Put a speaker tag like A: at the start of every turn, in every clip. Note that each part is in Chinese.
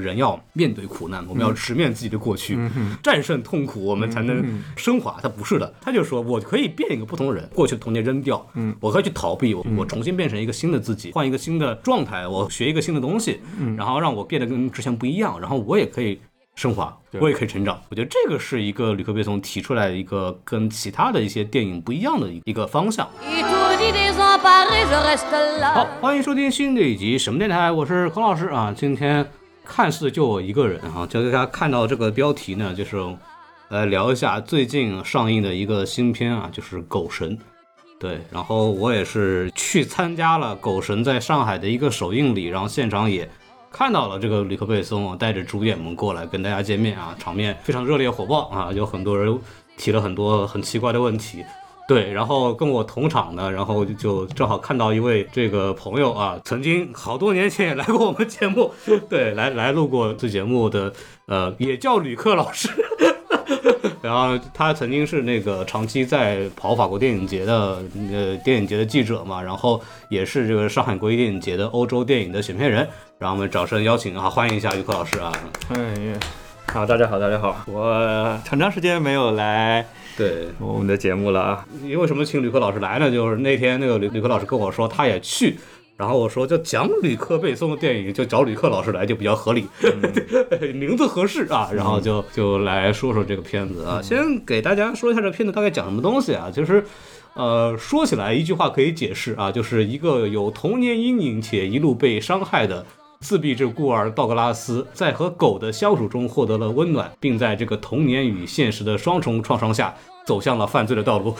A: 人要面对苦难，我们要直面自己的过去，战胜痛苦，我们才能升华。他不是的，他就说我可以变一个不同的人，过去的童年扔掉，我可以去逃避，我我重新变成一个新的自己，换一个新的状态，我学一个新的东西，然后让我变得跟之前不一样，然后我也可以升华，我也可以成长。我觉得这个是一个吕克贝松提出来的一个跟其他的一些电影不一样的一个方向。
B: Étourdi, désemparé, je reste
A: 好
B: là.，
A: 欢迎收听新的一集什么电台，我是孔老师啊。今天看似就我一个人啊，就大家看到这个标题呢，就是来聊一下最近上映的一个新片啊，就是《狗神》。对，然后我也是去参加了《狗神》在上海的一个首映礼，然后现场也看到了这个吕克贝松啊，带着主演们过来跟大家见面啊，场面非常热烈火爆啊，有很多人提了很多很奇怪的问题。对，然后跟我同场的，然后就就正好看到一位这个朋友啊，曾经好多年前也来过我们节目， 对，来来录过这节目的，呃，也叫吕克老师。 然后他曾经是那个长期在跑法国电影节的呃电影节的记者嘛，然后也是这个上海国际电影节的欧洲电影的选片人。让我们掌声邀请啊，欢迎一下于克老师啊。
C: 哎呀，好，大家好，大家好，我很长时间没有来
A: 对，
C: 我们的节目了啊。
A: 因为为什么请吕克老师来呢？就是那天那个吕吕克老师跟我说他也去，然后我说就讲吕克贝松的电影，就找吕克老师来就比较合理， 名字合适啊。然后就就来说说这个片子啊，先给大家说一下这片子大概讲什么东西啊，就是。呃，说起来一句话可以解释啊，就是一个有童年阴影且一路被伤害的自闭症孤儿道格拉斯在和狗的相处中获得了温暖，并在这个童年与现实的双重创伤下走向了犯罪的道路。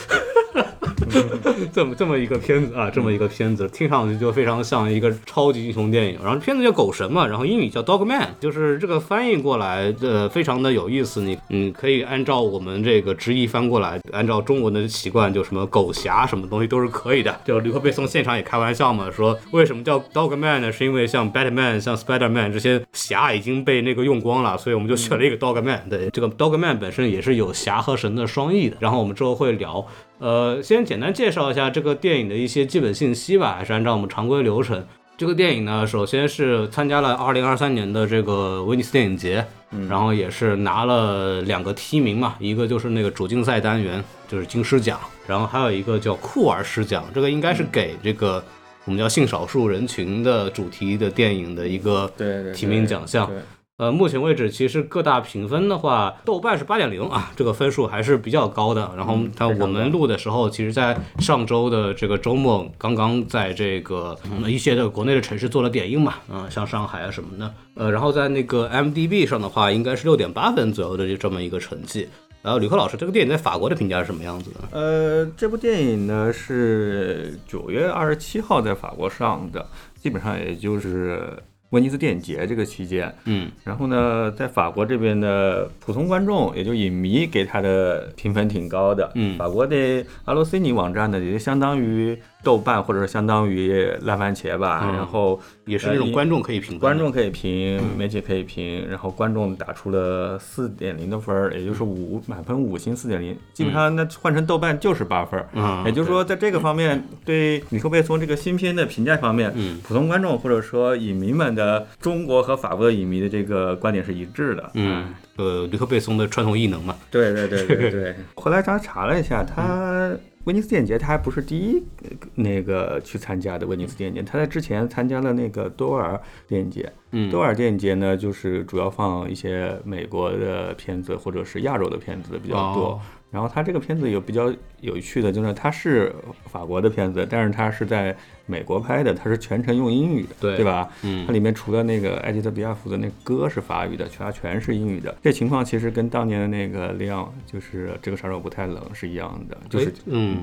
A: 这么这么一个片子啊，这么一个片子，听上去就非常像一个超级英雄电影。然后片子叫《狗神》嘛，然后英语叫《Dog Man》，就是这个翻译过来，呃，非常的有意思。你嗯，可以按照我们这个直译翻过来，按照中文的习惯，就什么狗侠什么东西都是可以的。就吕克贝松现场也开玩笑嘛，说为什么叫 Dog Man 呢？是因为像 Batman、像 Spider Man 这些侠已经被那个用光了，所以我们就选了一个 Dog Man。对，这个 Dog Man 本身也是有侠和神的双翼的。然后我们之后会聊。呃，先简单介绍一下这个电影的一些基本信息吧，还是按照我们常规流程。这个电影呢，首先是参加了2023年的这个威尼斯电影节，
C: 嗯
A: 然后也是拿了两个提名嘛，一个就是那个主竞赛单元，就是金狮奖，然后还有一个叫酷儿狮奖，这个应该是给这个我们叫性少数人群的主题的电影的一个
C: 嗯对对
A: 提名奖项。
C: 对
A: 呃，目前为止，其实各大评分的话，豆瓣是八点零啊，这个分数还是比较高的。然后，但我们录的时候，其实在上周的这个周末，刚刚在这个、嗯一些的国内的城市做了点映嘛，嗯、像上海啊什么的。呃，然后在那个 m d b 上的话，应该是六点八分左右的这么一个成绩。然后，吕克老师，这个电影在法国的评价是什么样子的？
C: 呃，这部电影呢是九月二十七号在法国上的，基本上也就是威尼斯电影节这个期间。
A: 嗯，
C: 然后呢，在法国这边的普通观众，也就影迷给它的评分挺高的。
A: 嗯
C: 法国的阿罗西尼网站呢，也就相当于豆瓣或者是相当于烂番茄吧。
A: 嗯
C: 然后
A: 也是那种
C: 呃
A: 观众可以评分的嗯
C: 观众可以评，媒体可以评，然后观众打出了四点零的分
A: 嗯
C: 儿，也就是五满分五星四点零，基本上那换成豆瓣就是八分儿。
A: 嗯
C: 也就是说，在这个方面，对李克贝松这个新片的评价方面，
A: 嗯
C: 普通观众或者说影迷们的中国和法国影迷的这个观点是一致的。
A: 嗯，呃，吕克贝松的传统异能嘛，
C: 对对对对对。 嗯后来查查了一下，他威尼斯电影节他还不是第一呃那个去参加的威尼斯电影节，他在之前参加了那个多尔电影节。
A: 嗯
C: 多尔电影节呢，就是主要放一些美国的片子或者是亚洲的片子比较多。
A: 哦
C: 然后他这个片子有比较有趣的，就是它是法国的片子，但是它是在美国拍的，它是全程用英语的，
A: 对
C: 对吧？
A: 嗯
C: 它里面除了那个埃吉特比亚夫的那歌是法语的，其他全是英语的。这情况其实跟当年的那个里昂，就是这个杀手不太冷是一样的，就是
A: 诶嗯，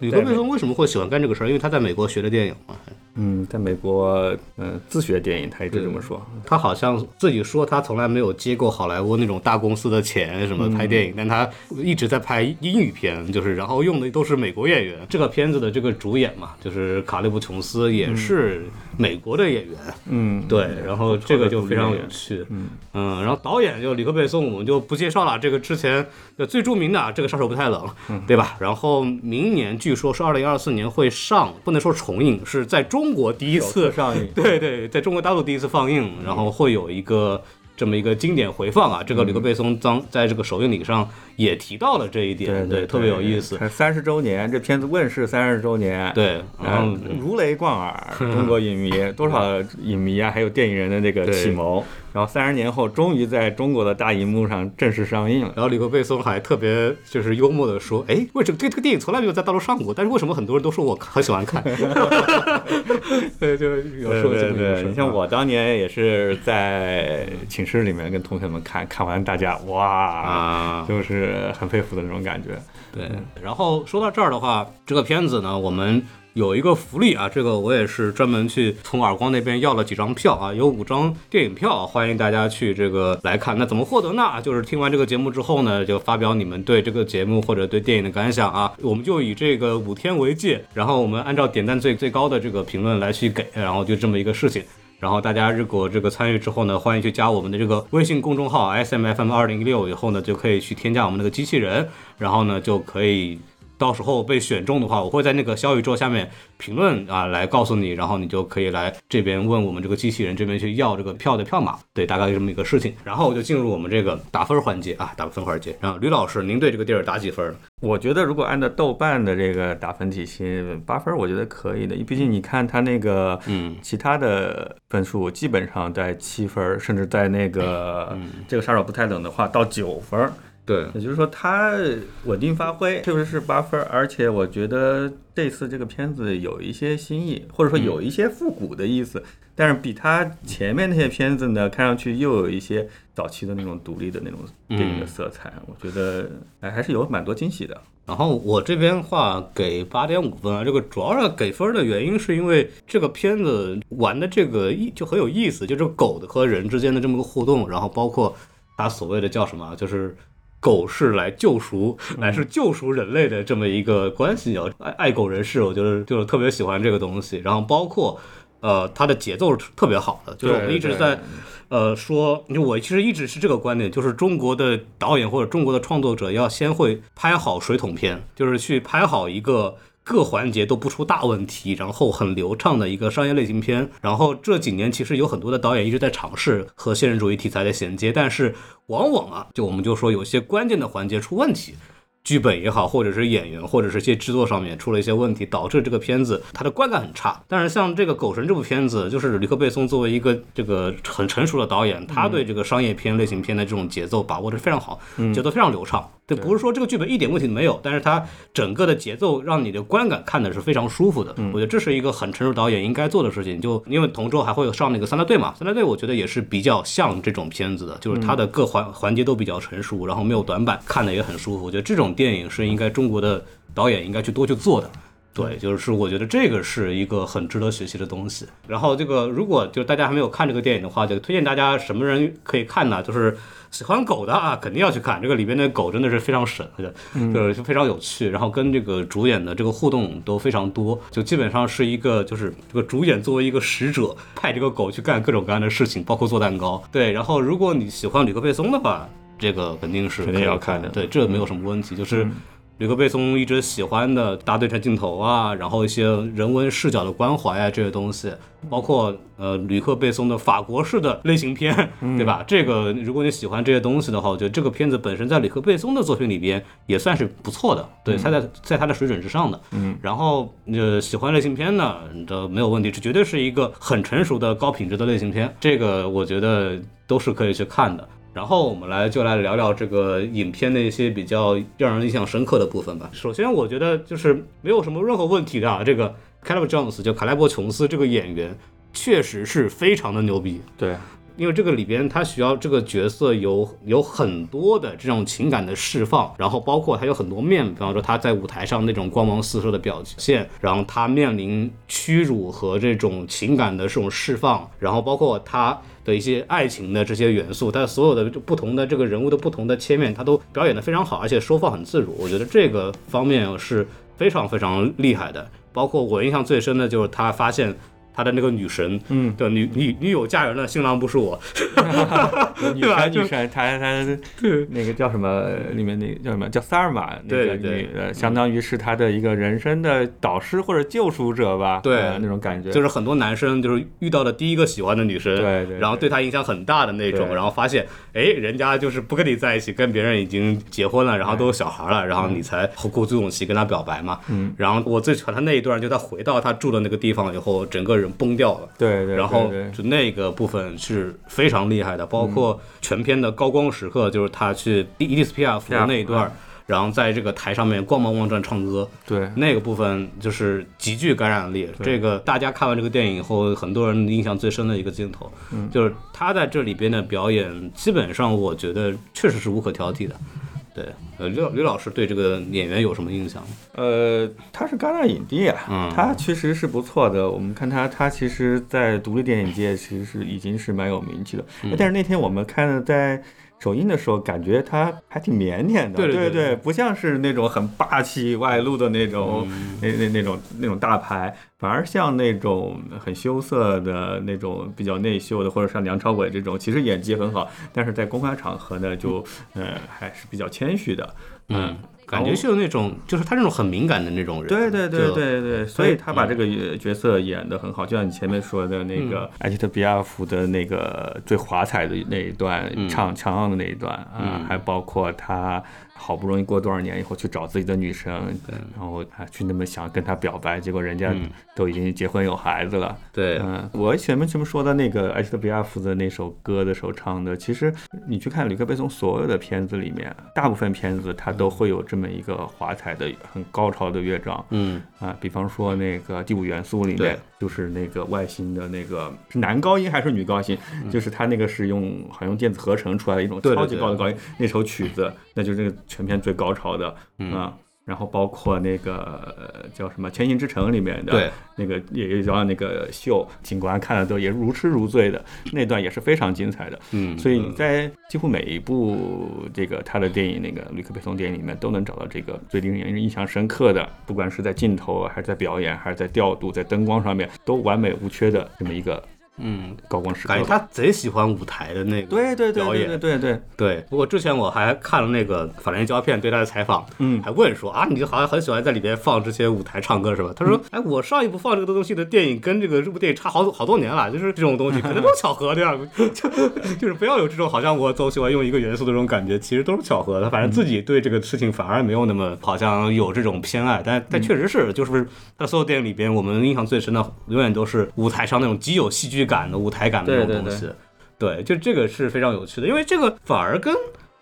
A: 吕克贝松为什么会喜欢干这个事儿？因为他在美国学的电影嘛。
C: 嗯，在美国，嗯，自学电影，他一直这么说。
A: 他好像自己说他从来没有接过好莱坞那种大公司的钱，什么拍电影，但他一直在拍英语片，就是然后用的都是美国演员。这个片子的这个主演嘛，就是卡利布·琼斯，也是美国的演员。
C: 嗯，
A: 对，然后这个就非常
C: 演
A: 有
C: 员
A: 趣。嗯然后导演就里克贝松，我们就不介绍了。这个之前就最著名的啊这个杀手不太冷，
C: 嗯
A: 对吧？然后明年据说是二零二四年会上，不能说重映，是在中国第一次
C: 首次上映
A: 对对，在中国大陆第一次放映，然后会有一个这么一个经典回放啊。这个吕克贝松当在这个首映礼上也提到了这一点，
C: 对
A: 特别有意思。
C: 三十周年，这片子问世三十周年，，
A: 对，然后
C: 嗯，如雷贯耳，中国影迷多少影迷啊，还有电影人的这个
A: 对
C: 启蒙，然后三十年后终于在中国的大荧幕上正式上映了。
A: 然后吕克贝松还特别就是幽默的说：“哎，为什么这这个电影从来没有在大陆上过？但是为什么很多人都说我很喜欢看？” 对，就有
C: 对
A: 说这
C: 对
A: 么一个
C: 对，
A: 事儿啊
C: 你像我当年也是在寝室里面跟同学们看，看完大家哇，
A: 啊，
C: 就是很佩服的那种感觉。
A: 对。然后说到这儿的话，这个片子呢，我们有一个福利啊，这个我也是专门去从耳光那边要了几张票啊，有五张电影票啊，欢迎大家去这个来看。那怎么获得呢？就是听完这个节目之后呢，就发表你们对这个节目或者对电影的感想啊，我们就以这个五天为界，然后我们按照点赞最最高的这个评论来去给，然后就这么一个事情。然后大家如果这个参与之后呢，欢迎去加我们的这个微信公众号 S M F M 二零一六，以后呢就可以去添加我们那个机器人，然后呢就可以。到时候被选中的话，我会在那个小宇宙下面评论啊，来告诉你，然后你就可以来这边问我们这个机器人这边去要这个票的票码，对，大概就这么一个事情。然后我就进入我们这个打分环节啊，打分环节。然后吕老师，您对这个电影打几分呢？
C: 我觉得如果按照豆瓣的这个打分体系，八分儿我觉得可以的，毕竟你看它那个，
A: 嗯，
C: 其他的分数基本上在七分儿，甚至在那个、这个杀手不太冷的话到九分儿，
A: 对，
C: 也就是说它稳定发挥，确实是八分儿，而且我觉得这次这个片子有一些新意，或者说有一些复古的意思。但是比它前面那些片子呢，看上去又有一些早期的那种独立的那种电影的色彩，我觉得哎还是有蛮多惊喜的。
A: 然后我这边话给八点五分啊，这个主要要给分的原因是因为这个片子玩的这个意就很有意思，就是狗的和人之间的这么个互动，然后包括它所谓的叫什么啊，就是狗是来救赎，来
C: 嗯
A: 是救赎人类的这么一个关系啊，爱爱狗人士，我觉得就是特别喜欢这个东西，然后包括。呃，它的节奏是特别好的，就是我们
C: 对
A: 一直
C: 对
A: 在呃，说，就我其实一直是这个观点，就是中国的导演或者中国的创作者要先会拍好水桶片，就是去拍好一个各环节都不出大问题，然后很流畅的一个商业类型片。然后这几年其实有很多的导演一直在尝试和现实主义题材的衔接，但是往往啊，就我们就说有些关键的环节出问题。剧本也好，或者是演员，或者是一些制作上面出了一些问题，导致这个片子它的观感很差。但是像这个《狗神》这部片子，就是吕克贝松作为一个这个很成熟的导演，他对这个商业片、类型片的这种节奏把握的非常好，节奏非常流畅。对，不是说这个剧本一点问题都没有，但是它整个的节奏让你的观感看的是非常舒服的。我觉得这是一个很成熟导演应该做的事情。就因为同周还会有上那个三大队嘛，三大队我觉得也是比较像这种片子的，就是它的各环环节都比较成熟，然后没有短板，看的也很舒服。我觉得这种电影是应该中国的导演应该去多去做的。对，就是我觉得这个是一个很值得学习的东西。然后这个如果就是大家还没有看这个电影的话，就推荐大家什么人可以看呢？就是喜欢狗的啊，肯定要去看。这个里边的狗真的是非常神，
C: 嗯
A: 就是非常有趣，然后跟这个主演的这个互动都非常多，就基本上是一个就是这个主演作为一个使者，派这个狗去干各种各样的事情，包括做蛋糕。对，然后如果你喜欢吕克贝松的话，这个肯定是
C: 肯定
A: 可
C: 要
A: 以
C: 看的嗯
A: 对，这没有什么问题，就是。吕克贝松一直喜欢的大对称镜头啊，然后一些人文视角的关怀啊，这些东西，包括呃吕克贝松的法国式的类型片， 对吧？这个如果你喜欢这些东西的话，我觉得这个片子本身在吕克贝松的作品里边也算是不错的，对，它在在它的水准之上的。嗯，然后呃喜欢类型片呢，这没有问题，这绝对是一个很成熟的高品质的类型片，这个我觉得都是可以去看的。然后我们来就来聊聊这个影片的一些比较让人印象深刻的部分吧。首先，我觉得就是没有什么任何问题的啊，这个 Caleb Jones 就卡莱伯·琼斯这个演员确实是非常的牛逼，
C: 对，
A: 因为这个里边他需要这个角色有有很多的这种情感的释放，然后包括他有很多面，比方说他在舞台上那种光芒四射的表现，然后他面临屈辱和这种情感的这种释放，然后包括他的一些爱情的这些元素，他所有的就不同的这个人物的不同的切面，他都表演的非常好，而且收放很自如，我觉得这个方面是非常非常厉害的。包括我印象最深的就是他发现他的那个女神，
C: 嗯，
A: 对，女女女友嫁人了，新郎不是我，
C: 女
A: 对吧
C: 神
A: 就
C: 女神，她她
A: 对
C: 那个叫什么？里面那个叫什么？叫萨尔玛，那
A: 对
C: 个
A: 对
C: 女，呃，相当于是她的一个人生的导师或者救赎者吧，
A: 对
C: 呃那种感觉，
A: 就是很多男生就是遇到的第一个喜欢的女生，
C: 对对
A: 然后对她影响很大的那种，
C: 对
A: 然后发现，哎，人家就是不跟你在一起，跟别人已经结婚了，然后都有小孩了，然后
C: 嗯
A: 你才鼓足勇气跟她表白嘛。嗯，然后我最喜欢她那一段，就她回到她住的那个地方以后，整个人崩掉了。
C: 对对对，
A: 然后
C: 对嗯
A: 就那个部分是非常厉害的，包括全片的高光时刻，就是他去 E 伊伊丽斯皮亚夫的那一
C: 嗯
A: 段儿，然后在这个台上面逛逛逛转唱歌，
C: 对
A: 那个部分就是极具感染力。
C: 对
A: 这个大家看完这个电影以后，很多人印象最深的一个镜头，
C: 嗯
A: 就是他在这里边的表演，基本上我觉得确实是无可挑剔的。对，呃，刘刘老师对这个演员有什么印象？
C: 呃，他是戛纳影帝啊，
A: 嗯
C: 他其实是不错的。我们看他，他其实，在独立电影界其实是已经是蛮有名气的。
A: 嗯
C: 但是那天我们看的在首映的时候，感觉他还挺腼腆的，
A: 对对
C: 对
A: 对对
C: 不像是那种很霸气外露的那种，
A: 嗯
C: 那那那种那种大牌，反而像那种很羞涩的那种比较内秀的，或者像梁朝伟这种，其实演技很好，但是在公开场合呢，就呃还是比较谦虚的。
A: 嗯，感觉是有那种，就是他这种很敏感的那种人。
C: 对对对
A: 就
C: 对对，所以他把这个呃角色演得很好，就像你前面说的那个埃及特比亚夫的那个最华彩的那一段，唱强昂的那一段啊，还包括他好不容易过多少年以后去找自己的女生，然后他去那么想跟她表白，结果人家都已经结婚有孩子了。
A: 对，
C: 嗯，我前面前面说到那个埃希特比亚夫的那首歌的时候唱的，其实你去看吕克贝松所有的片子里面，大部分片子它都会有这么一个华彩的、很高潮的乐章。
A: 嗯，
C: 啊，比方说那个《第五元素》里面
A: 对，
C: 就是那个外星的那个是男高音还是女高音？就是他那个是用好像用电子合成出来的一种
A: 嗯对对
C: 超级
A: 对
C: 高的高音，那首曲子那就是那个全片最高潮的
A: 嗯
C: 啊。然后包括那个呃叫什么《千星之城》里面的，
A: 对，
C: 那个也也叫那个秀，警官看的都也如痴如醉的那段也是非常精彩的。
A: 嗯
C: 所以你在几乎每一部这个他的电影，那个吕克贝松电影里面都能找到这个最令人印象深刻的，不管是在镜头啊还是在表演，还是在调度、在灯光上面，都完美无缺的这么一个
A: 嗯，
C: 高光时刻
A: 感觉。他贼喜欢舞台的那个
C: 对对对
A: 表
C: 对
A: 演
C: 对对对，
A: 对，不过之前我还看了那个法兰西胶片对他的采访，
C: 嗯
A: 还问说啊，你就好像很喜欢在里边放这些舞台唱歌是吧？
C: 嗯
A: 他说，哎，我上一部放这个东西的电影跟这个这部电影差好多好多年了，就是这种东西可能都是巧合对吧？ 就就是不要有这种好像我总喜欢用一个元素的这种感觉，其实都是巧合的。反正
C: 嗯
A: 自己对这个事情反而没有那么好像有这种偏爱，但
C: 嗯
A: 但确实是，就是在所有电影里边，我们印象最深的永远都是舞台上那种极有戏剧感的舞台感的那
C: 对
A: 种
C: 对
A: 东
C: 对
A: 西。对，就这个是非常有趣的，因为这个反而跟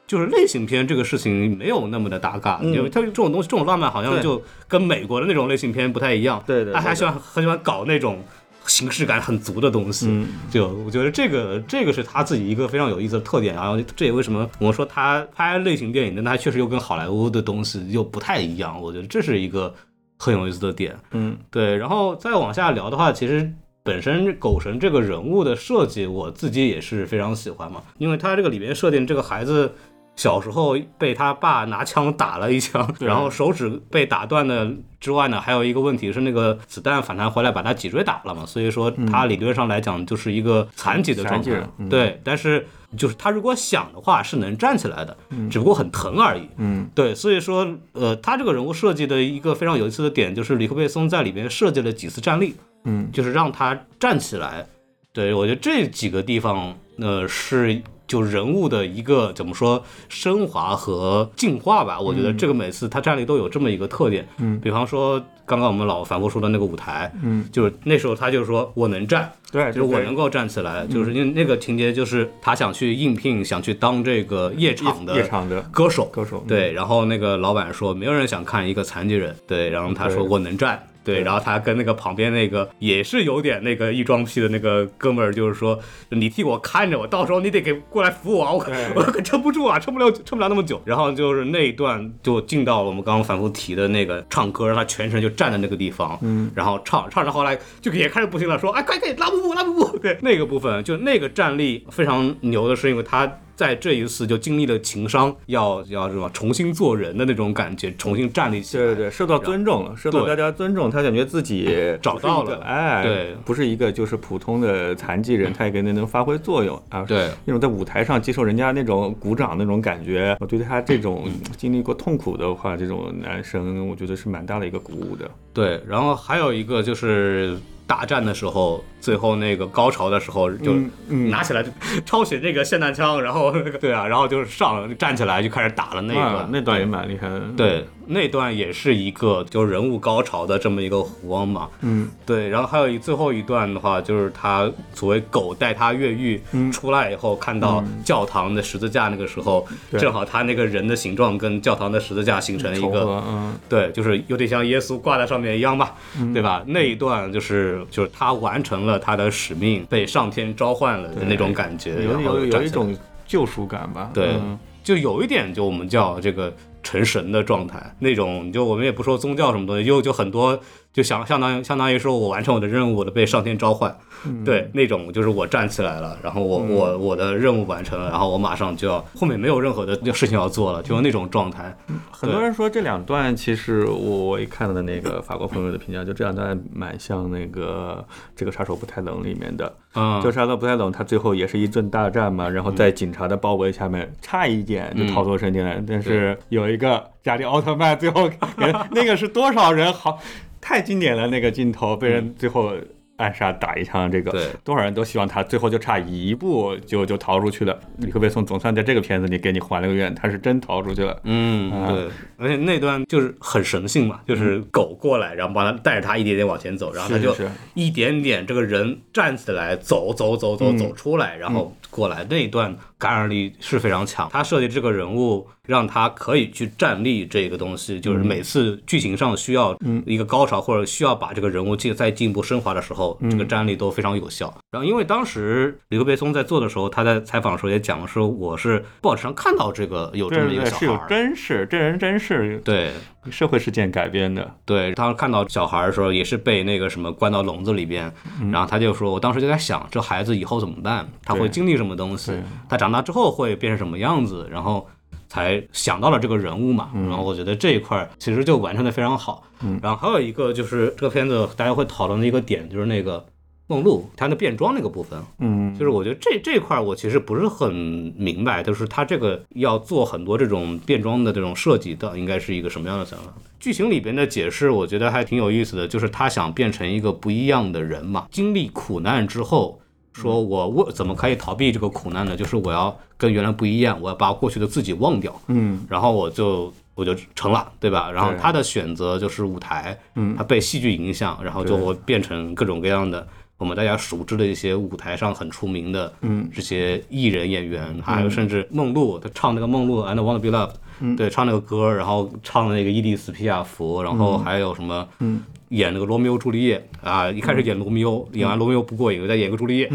A: 就是类型片这个事情没有那么的搭嘎，
C: 嗯
A: 因为它这种东西，这种浪漫好像
C: 对
A: 就跟美国的那种类型片不太一样。
C: 对对对
A: 他还
C: 对
A: 喜欢很喜欢搞那种形式感很足的东西。
C: 嗯
A: 就我觉得这个这个是他自己一个非常有意思的特点，然后这也为什么我们说他拍类型电影，但他确实又跟好莱坞的东西又不太一样，我觉得这是一个很有意思的点。
C: 嗯，
A: 对，然后再往下聊的话，其实本身狗神这个人物的设计，我自己也是非常喜欢嘛，因为他这个里面设定这个孩子。小时候被他爸拿枪打了一枪，
C: 对
A: 然后手指被打断的之外呢，还有一个问题是那个子弹反弹回来把他脊椎打了嘛，所以说他理论上来讲就是一个残疾的状
C: 嗯残疾
A: 态
C: 人，嗯
A: 对。但是就是他如果想的话是能站起来的，只不过很疼而已。
C: 嗯，
A: 对，所以说，呃，他这个人物设计的一个非常有意思的点，就是里克贝松在里面设计了几次站立，
C: 嗯，
A: 就是让他站起来。对我觉得这几个地方，呃，是就人物的一个怎么说升华和进化吧。我觉
C: 嗯
A: 得这个每次他站立都有这么一个特点，嗯，比方说刚刚我们老反复说的那个舞台，嗯，就是那时候他就说我能站，
C: 对，嗯
A: 就是我能够站起来，就是因为那个情节就是他想去应聘，想去当这个夜场的
C: 夜场的
A: 歌手，
C: 歌手，
A: 对，然后那个老板说没有人想看一个残疾人，对，然后他说
C: 对
A: 我能站。对，然后他跟那个旁边那个也是有点那个异装癖的那个哥们儿，就是说你替我看着我，到时候你得给过来扶我啊，我可
C: 对
A: 我可 撑不住啊，撑不了撑不了那么久。然后就是那一段就进到了我们刚刚反复提的那个唱歌，让他全程就站在那个地方，嗯，然后唱唱着后来就也开始不行了，说哎快快拉布布拉布布，对那个部分就那个站立非常牛的是因为他在这一次就经历了情伤，要要什么重新做人的那种感觉，重新站立起来。
C: 对对对，受到尊重了，受到大家尊重，他感觉自己
A: 找到了
C: 不是一个哎，
A: 对
C: 不是一个就是普通的残疾人，他也给能能发挥作用啊，
A: 对
C: 那种在舞台上接受人家那种鼓掌那种感觉，我对他这种
A: 嗯
C: 经历过痛苦的话，这种男生，我觉得是蛮大的一个鼓舞的。
A: 对，然后还有一个就是大战的时候，最后那个高潮的时候，就
C: 嗯
A: 拿起来就 抄起那个霰弹枪，然后那个对啊，然后就是上了站起来就开始打了那
C: 啊
A: 个
C: 那段也蛮厉害的，
A: 对，那段也是一个就是人物高潮的这么一个弧光嘛。
C: 嗯，
A: 对，然后还有一最后一段的话，就是他所谓狗带他越狱、
C: 嗯
A: 出来以后，看到教堂的十字架那个时候，
C: 对
A: 正好他那个人的形状跟教堂的十字架形成了一
C: 重
A: 个
C: 合，嗯，
A: 对，就是有点像耶稣挂在上面一样吧，对吧？那一段就是就是他完成了他的使命，被上天召唤了的那种感觉，
C: 有
A: 然后
C: 有
A: 站
C: 有一
A: 起来
C: 种救赎感吧，
A: 对
C: 嗯，
A: 就有一点就我们叫这个成神的状态，那种就我们也不说宗教什么东西，就就很多就想相当于相当于说我完成我的任务，我的被上天召唤，
C: 嗯
A: 对那种就是我站起来了，然后我、我我的任务完成了，然后我马上就要后面没有任何的事情要做了，就那种状态，
C: 很多人说这两段，其实我我也看到的那个法国朋友的评价，就这两段蛮像那个《这个杀手不太冷》里面的，
A: 嗯，
C: 就杀手不太冷，他最后也是一阵大战嘛，然后在警察的包围下面，差一点
A: 嗯
C: 就逃脱生天来，但是有一个加里奥特曼最后给那个是多少人好，太经典了那个镜头，被人最后。暗杀打一枪，这个
A: 嗯对
C: 多少人都希望他最后就差一步就就逃出去了。李克贝松总算在这个片子里给你还了个愿，他是真逃出去了。
A: 嗯，
C: 啊
A: 对，而且那段就是很神性嘛，就是狗过来，然后把它带着它一点点往前走，然后它
C: 嗯是
A: 就是一点点这个人站起来走走走走走出来，然后
C: 嗯
A: 过来那一段感染力是非常强。他设计这个人物，让他可以去站立这个东西，就是每次剧情上需要
C: 嗯
A: 一个高潮或者需要把这个人物进再进一步升华的时候，
C: 嗯
A: 这个站立都非常有效。然后因为当时李克贝松在做的时候，他在采访的时候也讲说，我是报纸上看到这个有这
C: 对
A: 么一
C: 对
A: 个
C: 对，
A: 小
C: 是
A: 孩
C: 有
A: 儿的。
C: 真事，真人真事，
A: 对
C: 社会事件改编的。
A: 对，当时看到小孩儿的时候，也是被那个什么关到笼子里边，
C: 嗯
A: 然后他就说，我当时就在想，这孩子以后怎么办？他会
C: 对
A: 经历什么东西
C: 对？
A: 他长大之后会变成什么样子？然后才想到了这个人物嘛。
C: 嗯
A: 然后我觉得这一块儿其实就完成的非常好。然后还有一个就是这个片子大家会讨论的一个点，就是那个梦露她的变装那个部分，
C: 嗯，
A: 就是我觉得这这块儿我其实不是很明白，就是他这个要做很多这种变装的这种设计，到底应该是一个什么样的想法？剧情里边的解释，我觉得还挺有意思的，就是他想变成一个不一样的人嘛，经历苦难之后。说
C: 嗯
A: 我我怎么可以逃避这个苦难呢？就是我要跟原来不一样，我要把过去的自己忘掉。
C: 嗯，
A: 然后我就我就成了，对吧？然后
C: 对
A: 他的选择就是舞台，
C: 嗯
A: 他被戏剧影响，然后就
C: 对
A: 会变成各种各样的我们大家熟知的一些舞台上很出名的，
C: 嗯，
A: 这些艺人演员，还有甚至梦露，他唱那个梦露《I Don't Wanna Be Loved》，对，
C: 嗯
A: 唱那个歌，然后唱的那个伊迪丝·皮亚佛，然后还有什么，嗯。演那个罗密欧朱丽叶啊，一
C: 嗯
A: 开始演罗密欧，演完罗密欧不过瘾，再演个朱 丽叶，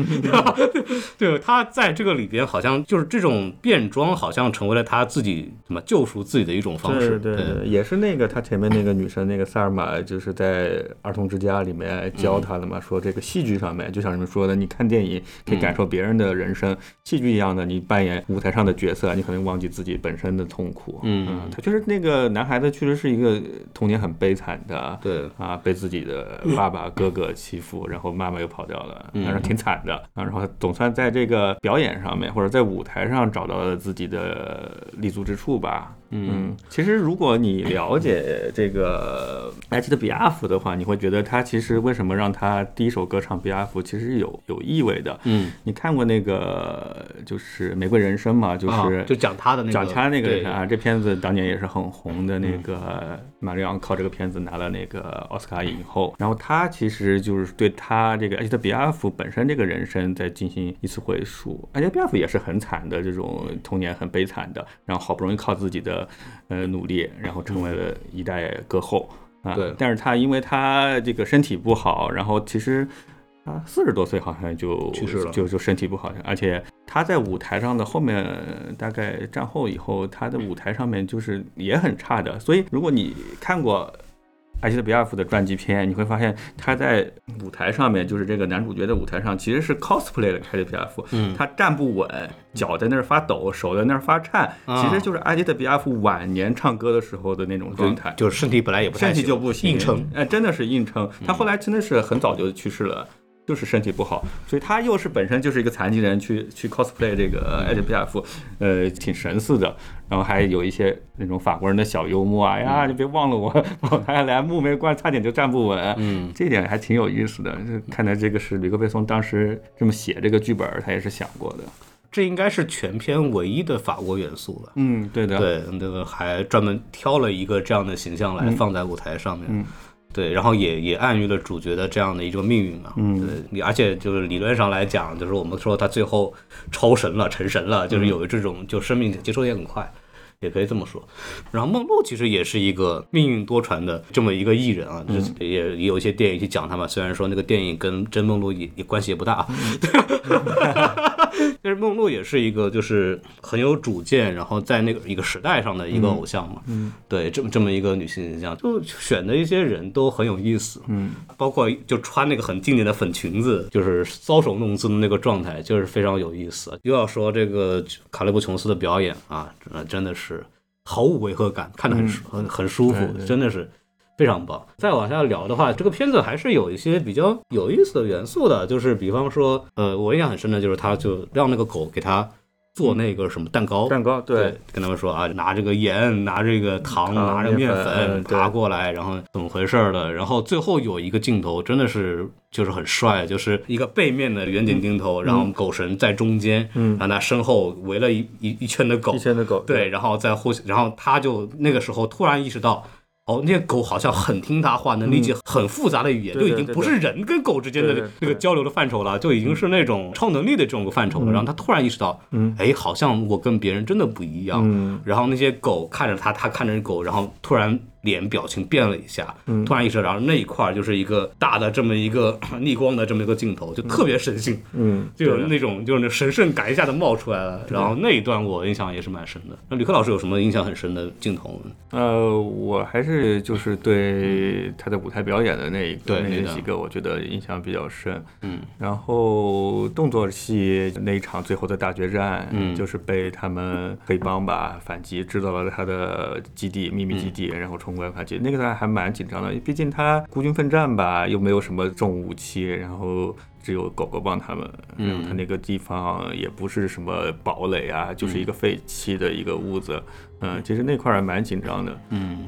A: 对他在这个里边好像就是这种变装，好像成为了他自己什么救赎自己的一种方式。
C: 对
A: 对
C: 对，也是那个他前面那个女生，那个萨尔玛，就是在儿童之家里面
A: 嗯
C: 教他的嘛，说这个戏剧上面，就像你们说的，你看电影可
A: 嗯
C: 以感受别人的人生，戏剧一样的，你扮演舞台上的角色，你可能忘记自己本身的痛苦。
A: 嗯
C: 他确实那个男孩子确实是一个童年很悲惨的，
A: 对
C: 啊，被自己的
A: 嗯
C: 爸爸、哥哥欺负，然后妈妈又跑掉了，反正挺惨的啊。然后总算在这个表演上面或者在舞台上找到了自己的立足之处吧。嗯，其实如果你了解这个埃及的比亚夫的话，你会觉得他其实为什么让他第一首歌唱比亚夫，其实有有意味的。
A: 嗯，
C: 你看过那个就是《玫瑰人生》嘛，就
A: 啊
C: 是
A: 就讲他的那个
C: 讲他那个
A: 对
C: 人啊，这片子当年也是很红的。那个马里昂靠这个片子拿了那个奥斯卡影后，然后他其实就是对他这个埃及特比亚夫本身这个人生在进行一次回溯。埃及特比亚夫也是很惨的，这种童年很悲惨的，然后好不容易靠自己的呃努力，然后成为了一代歌后。啊，
A: 对
C: 但是他因为他这个身体不好，然后其实他四十多岁好像就
A: 去世了
C: 就就身体不好，而且他在舞台上的后面大概战后以后，他的舞台上面就是也很差的。所以如果你看过艾希特比亚夫的传记片，你会发现他在舞台上面，就是这个男主角的舞台上，其实是 cosplay 的艾希特比亚夫，
A: 嗯
C: 他站不稳，脚在那儿发抖，手在那儿发颤，
A: 啊
C: 其实就是艾希特比亚夫晚年唱歌的时候的那种状态。
A: 就是身体本来也不太
C: 身
A: 行
C: 体就不行，
A: 硬撑。嗯
C: 哎，真的是硬撑。他后来真的是很早就去世了。就是身体不好，所以他又是本身就是一个残疾人去去 cosplay 这个
A: 嗯
C: 艾德比亚夫，呃，挺神似的。然后还有一些那种法国人的小幽默啊，哎
A: 嗯
C: 呀，你别忘了我， 我还来木梅关差点就站不稳，
A: 嗯，
C: 这点还挺有意思的。就看来这个是吕克贝松当时这么写这个剧本，他也是想过的。
A: 这应该是全片唯一的法国元素了。
C: 嗯，对的，
A: 对，那个还专门挑了一个这样的形象来放在舞台上面。
C: 嗯
A: 对，然后也也暗喻了主角的这样的一个命运嘛。
C: 嗯
A: 对，你而且就是理论上来讲，就是我们说他最后超神
C: 嗯
A: 了、成神了，就是有这种就生命节奏也很快。也可以这么说，然后梦露其实也是一个命运多舛的这么一个艺人啊，
C: 嗯
A: 就是也也有一些电影去讲他嘛，虽然说那个电影跟真梦露也也关系也不大啊， 但是梦露也是一个就是很有主见，然后在那个一个时代上的一个偶像嘛，嗯，对，这么这么一个女性形象，就选的一些人都很有意思，嗯，包括就穿那个很经典的粉裙子，就是搔首弄姿的那个状态，就是非常有意思。又要说这个卡利布琼斯的表演啊，呃真的是毫无违和感，看得很舒很很舒服
C: 对对，
A: 真的是。非常棒。再往下聊的话，这个片子还是有一些比较有意思的元素的，就是比方说，呃，我印象很深的就是他就让那个狗给他做那个什么蛋糕，
C: 蛋糕，对，，
A: 跟他们说啊，拿这个盐，拿这个糖，
C: 糖
A: 拿着面
C: 面粉嗯对
A: 爬过来，然后怎么回事儿的？然后最后有一个镜头真的是就是很帅，就是一个背面的远景镜头，然后狗神在中间，
C: 嗯
A: 然后他身后围了一一一圈的狗
C: 一，千的狗，
A: 对，，然后再互相，然后他就那个时候突然意识到。哦，那个狗好像很听他话，能理解很复杂的语言，
C: 嗯对对
A: 就已经不是人跟狗之间的
C: 对对对
A: 那个交流的范畴了，就已经是那种超能力的这种范畴了。然后他突然意识到，
C: 嗯
A: 哎，好像我跟别人真的不一样。
C: 嗯
A: 然后那些狗看着他，他看着狗，然后突然脸表情变了一下，
C: 嗯
A: 突然意识到，然后那一块儿就是一个 大的这么一个逆光的这么一个镜头，就特别神性。
C: 嗯，
A: 就有
C: 对的
A: 那种就是那神圣感一下子冒出来了，然后那一段我印象也是蛮深的。那吕克老师有什么印象很深的镜头？
C: 呃，我还是就是对他的舞台表演的那一
A: 嗯对
C: 个那
A: 那个
C: 几个，我觉得印象比较深。
A: 嗯，
C: 然后动作戏那一场最后的大决战，
A: 嗯
C: 就是被他们黑帮吧反击，制造了他的基地秘密基地，然后冲过来反击。那个段还蛮紧张的，毕竟他孤军奋战吧，又没有什么重武器，然后。只有狗狗帮他们，然后他那个地方也不是什么堡垒啊，就是一个废弃的一个屋子，嗯，其实那块儿还蛮紧张的，
A: 嗯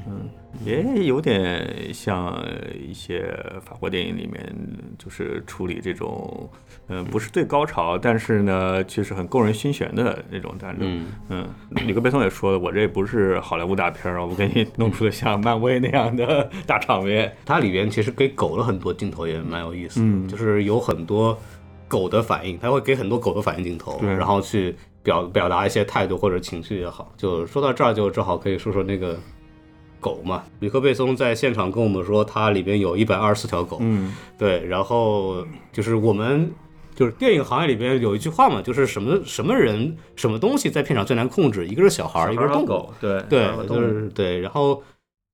C: 也有点像呃一些法国电影里面，就是处理这种，嗯、不是最高潮，但是呢，却是很勾人心弦的那种战争。
A: 嗯，
C: 嗯，里克贝松也说了，我这不是好莱坞大片儿，我给你弄出个像漫威那样的大场面。
A: 它里边其实给狗了很多镜头，也蛮有意思的，
C: 嗯
A: 就是有很多狗的反应，它会给很多狗的反应镜头，
C: 对
A: 然后去表表达一些态度或者情绪也好。就说到这儿，就正好可以说说那个。狗嘛，吕克贝松在现场跟我们说，它里边有一百二十四条狗，
C: 嗯
A: 对，然后就是我们就是电影行业里边有一句话嘛，就是什么什么人什么东西在片场最难控制，一个是小孩儿，一个是动物，，
C: 对
A: 对，就是对，然后。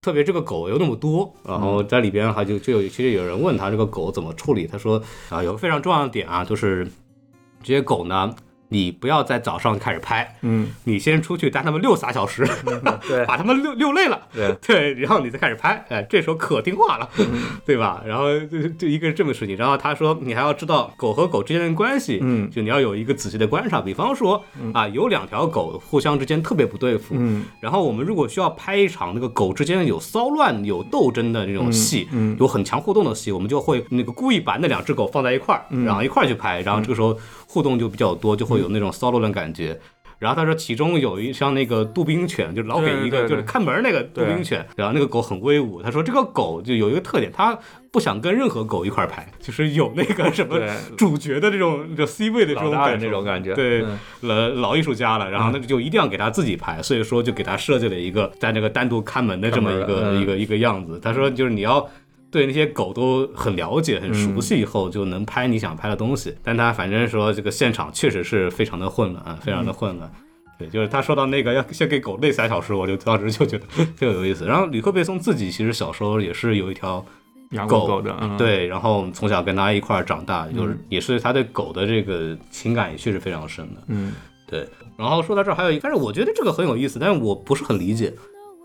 A: 特别这个狗又那么多，然后
C: 嗯
A: 在里边还就就有其实有人问他这个狗怎么处理，他说啊有个非常重要的点啊，就是这些狗呢，你不要在早上开始拍，
C: 嗯，
A: 你先出去带它们遛仨小时，
C: 对
A: 把它们遛遛累了，
C: 对，
A: 对，然后你再开始拍，哎，这时候可听话了，
C: 嗯
A: 对吧？然后就就一个是这么事情，然后他说你还要知道狗和狗之间的关系，
C: 嗯
A: 就你要有一个仔细的观察，比方说啊，有两条狗互相之间特别不对付，
C: 嗯
A: 然后我们如果需要拍一场那个狗之间有骚乱、有斗争的那种戏，
C: 嗯
A: 有很强互动的戏，我们就会那个故意把那两只狗放在一块儿，
C: 嗯
A: 然后一块儿去拍，然后这个时候互动就比较多，就会有那种骚乱的感觉。
C: 嗯
A: 然后他说，其中有一像那个杜宾犬，就老给一
C: 对对
A: 个
C: 对
A: 就是看门儿那个杜宾犬，然后那个狗很威武。他说这个狗就有一个特点，它不想跟任何狗一块儿拍，就是有那个什么
C: 对
A: 主角的这种就 C 位的这种
C: 老大的
A: 感受
C: 那种感觉
A: 对，
C: 嗯
A: 老老艺术家了，然后那就一定要给他自己拍，所以说就给他设计了一个在那个单独看门的这么一
C: 看门
A: 个
C: 的嗯
A: 一个一个样子。他说就是你要。对那些狗都很了解、很
C: 嗯
A: 熟悉，以后就能
C: 嗯
A: 拍你想拍的东西。但他反正说这个现场确实是非常的混乱，啊，非常的混乱。对，就是他说到那个要先给狗累三小时，我就当时就觉得 特别有意思。然后吕克贝松自己其实小时候也是有一条
C: 养
A: 狗
C: 过狗的，嗯，，
A: 对，然后从小跟他一块儿长大，就是也是他对狗的这个情感也确实非常深的。
C: 嗯，
A: 对，然后说到这儿还有一个，但是我觉得这个很有意思，但是我不是很理解，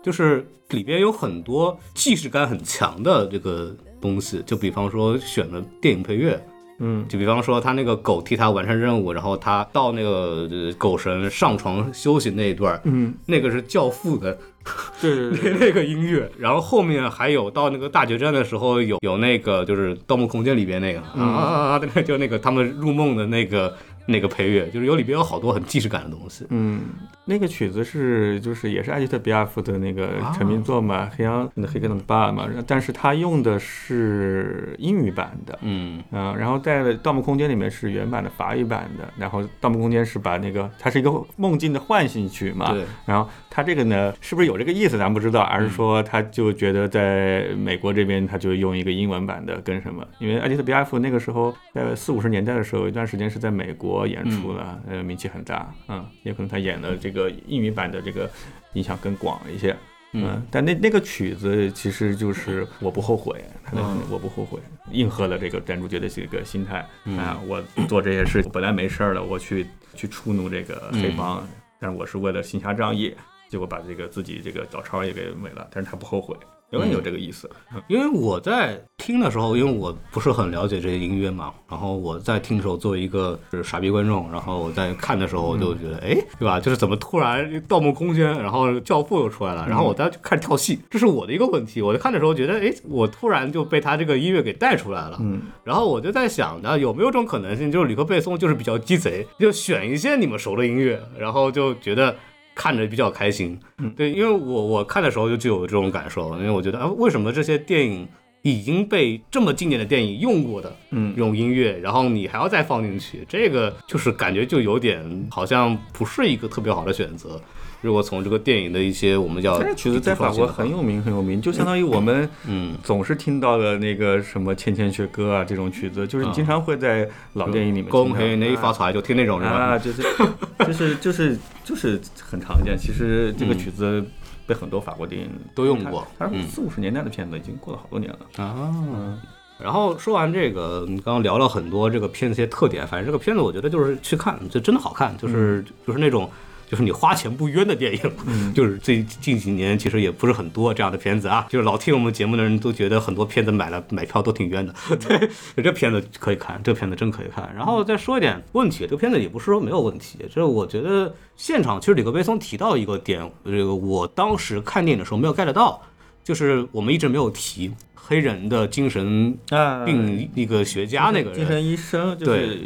A: 就是里边有很多既视感很强的这个东西，就比方说选了电影配乐，
D: 嗯，
A: 就比方说他那个狗替他完成任务，然后他到那个呃狗神上床休息那一段，
C: 嗯，
A: 那个是《教父》的
C: 对对对，
A: 那那个音乐，然后后面还有到那个大决战的时候有有那个就是《盗梦空间》里边那个啊啊啊啊， 那个就那个他们入梦的那个那个配乐，就是有里边有好多很既视感的东西。
C: 嗯，那个曲子是就是也是艾吉特比亚夫的那个成名作嘛，黑羊的黑格的爸嘛，但是他用的是英语版的，
A: 嗯
C: 嗯，然后在《盗梦空间》里面是原版的法语版的，然后《盗梦空间》是把那个它是一个梦境的唤醒曲嘛，
A: 对。
C: 然后它这个呢，是不是有这个意思咱不知道，而是说他就觉得在美国这边，他就用一个英文版的跟什么，因为艾吉特·比亚夫那个时候在四五十年代的时候，有一段时间是在美国演出的，呃，名气很大，嗯，也可能他演的这个英语版的这个影响更广一些。嗯，但那那个曲子其实就是我不后悔，他的我不后悔，应和了这个男主角的这个心态
D: 哎
C: 啊，我做这些事
D: 本来没事儿了，我去去触怒这个
C: 嗯
D: 黑帮，但是我是为了行侠仗义，结果把这个自己这个早超也给没了，但是他不后悔，永
C: 嗯
D: 远有这个意思。
A: 因为我在听的时候，因为我不是很了解这些音乐嘛，然后我在听的时候作为一个就是傻逼观众，然后我在看的时候我
C: 嗯
A: 就觉得，哎、对吧？就是怎么突然《盗梦空间》，然后《教父》又出来了，然后我再去看跳戏，这是我的一个问题。我在看的时候觉得，哎，我突然就被他这个音乐给带出来了，
C: 嗯，
A: 然后我就在想呢，有没有种可能性，就是吕克贝松就是比较鸡贼，就选一些你们熟的音乐，然后就觉得。看着比较开心，对，因为我我看的时候就具有这种感受，因为我觉得啊，为什么这些电影已经被这么经典的电影用过的，嗯，用音乐，然后你还要再放进去，这个就是感觉就有点好像不是一个特别好的选择。如果从这个电影的一些我们叫
C: 这个曲子哎在法国很有名，很有名，就相当于我们
A: 嗯
C: 总是听到的那个什么《倩倩学歌》啊这种曲子，
D: 嗯
C: 就是经常会在老电影里面听
A: 恭
C: 到。
A: 喜你发财，就听那种是吧？
D: 啊，就是 就是就是就是很常见。其实这个曲子被很多法国电影
A: 都用嗯过
D: 它它是
A: 嗯
D: 四五十年代的片子，已经过了好多年了。
A: 啊。然后说完这个，你刚刚聊了很多这个片子一些特点，反正这个片子我觉得就是去看，就真的好看，就是、就是那种。就是你花钱不冤的电影， 就是最近几年其实也不是很多这样的片子啊。就是老听我们节目的人都觉得很多片子买了买票都挺冤的， 对，这片子可以看，这片子真可以看。然后再说一点问题，这个片子也不是说没有问题，就是我觉得现场其实里克贝松提到一个点，这个我当时看电影的时候没有 get 到，就是我们一直没有提黑人的精神
D: 啊
A: 病那个学家那个
D: 精
A: 人，
D: 神医生就是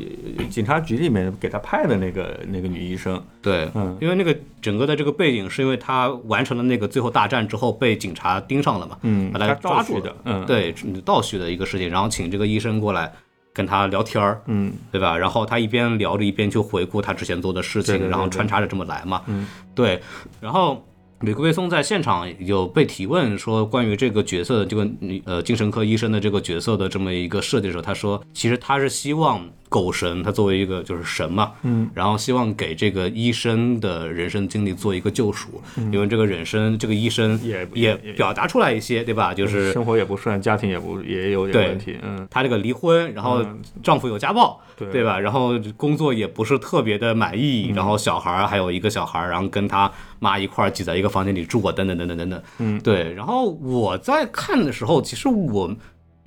D: 警察局里面给他派的那个那个女医生，
A: 对，
C: 嗯
A: 因为那个整个的这个背景是因为他完成了那个最后大战之后被警察盯上了嘛，
C: 嗯，
A: 把他
C: 它
A: 抓
C: 盗
A: 住
C: 取
A: 了
C: 的，嗯，，
A: 对，倒叙的一个事情，然后请这个医生过来跟他聊天儿，
C: 嗯，
A: 对吧？然后他一边聊着一边去回顾他之前做的事情，
C: 对对对
A: 然后穿插着这么来嘛，嗯，对。然后吕克贝松在现场有被提问说关于这个角色的这个女呃精神科医生的这个角色的这么一个设计的时候，他说其实他是希望狗神，他作为一个就是神嘛，嗯，然后希望给这个医生的人生经历做一个救赎，因为这个人生这个医生
C: 嗯也
A: 也
C: 也嗯也
A: 表达出来一些，对吧？就是
C: 生活也不顺，家庭也不也有
A: 对
C: 点问题，嗯，
A: 她这个离婚，然后丈夫有家暴，
C: 对
A: 对吧？然后工作也不是特别的满意，然后小孩儿还有一个小孩儿，然后跟他妈一块儿挤在一个房间里住啊，等等等等等等。嗯，对。然后我在看的时候，其实我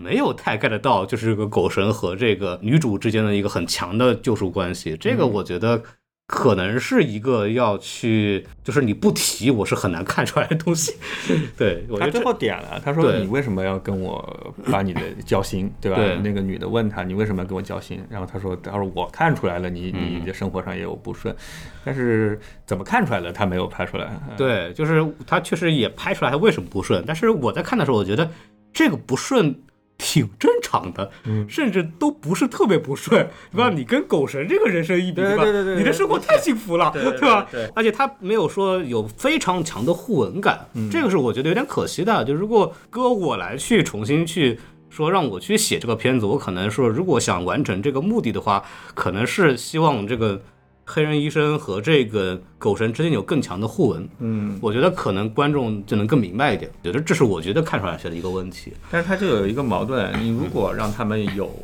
A: 没有太 get 到，就是这个狗神和这个女主之间的一个很强的救赎关系。这个我觉得。可能是一个要去，就是你不提，我是很难看出来的东西。 对，我觉
C: 他
A: 得这
C: 最后点了，他说
A: 对
C: 你为什么要跟我把 你的交心，对吧？
A: 对
C: 那个女的问他你为什么要跟我交心，然后他说他说我看出来了，你
A: 嗯
C: 你的生活上也有不顺，但是怎么看出来的他没有拍出来，嗯，
A: 对，就是他确实也拍出来他为什么不顺，但是我在看的时候，我觉得这个不顺挺正常的，甚至都不是特别不顺，对吧？你跟狗神这个人生一比，
D: 对
A: 吧？
D: 对对对
A: 你的
D: 对
A: 生活太幸福了，
D: 对对对
A: 吧
D: 对对？
A: 而且他没有说有非常强的互文感，
D: 嗯
A: 这个是我觉得有点可惜的。就如果搁我来去重新去。说让我去写这个片子，我可能说，如果想完成这个目的的话，可能是希望这个黑人医生和这个狗神之间有更强的互文。
C: 嗯，
A: 我觉得可能观众就能更明白一点，觉得这是我觉得看出来学的一个问题。
C: 但是他就有一个矛盾，你如果让他们有。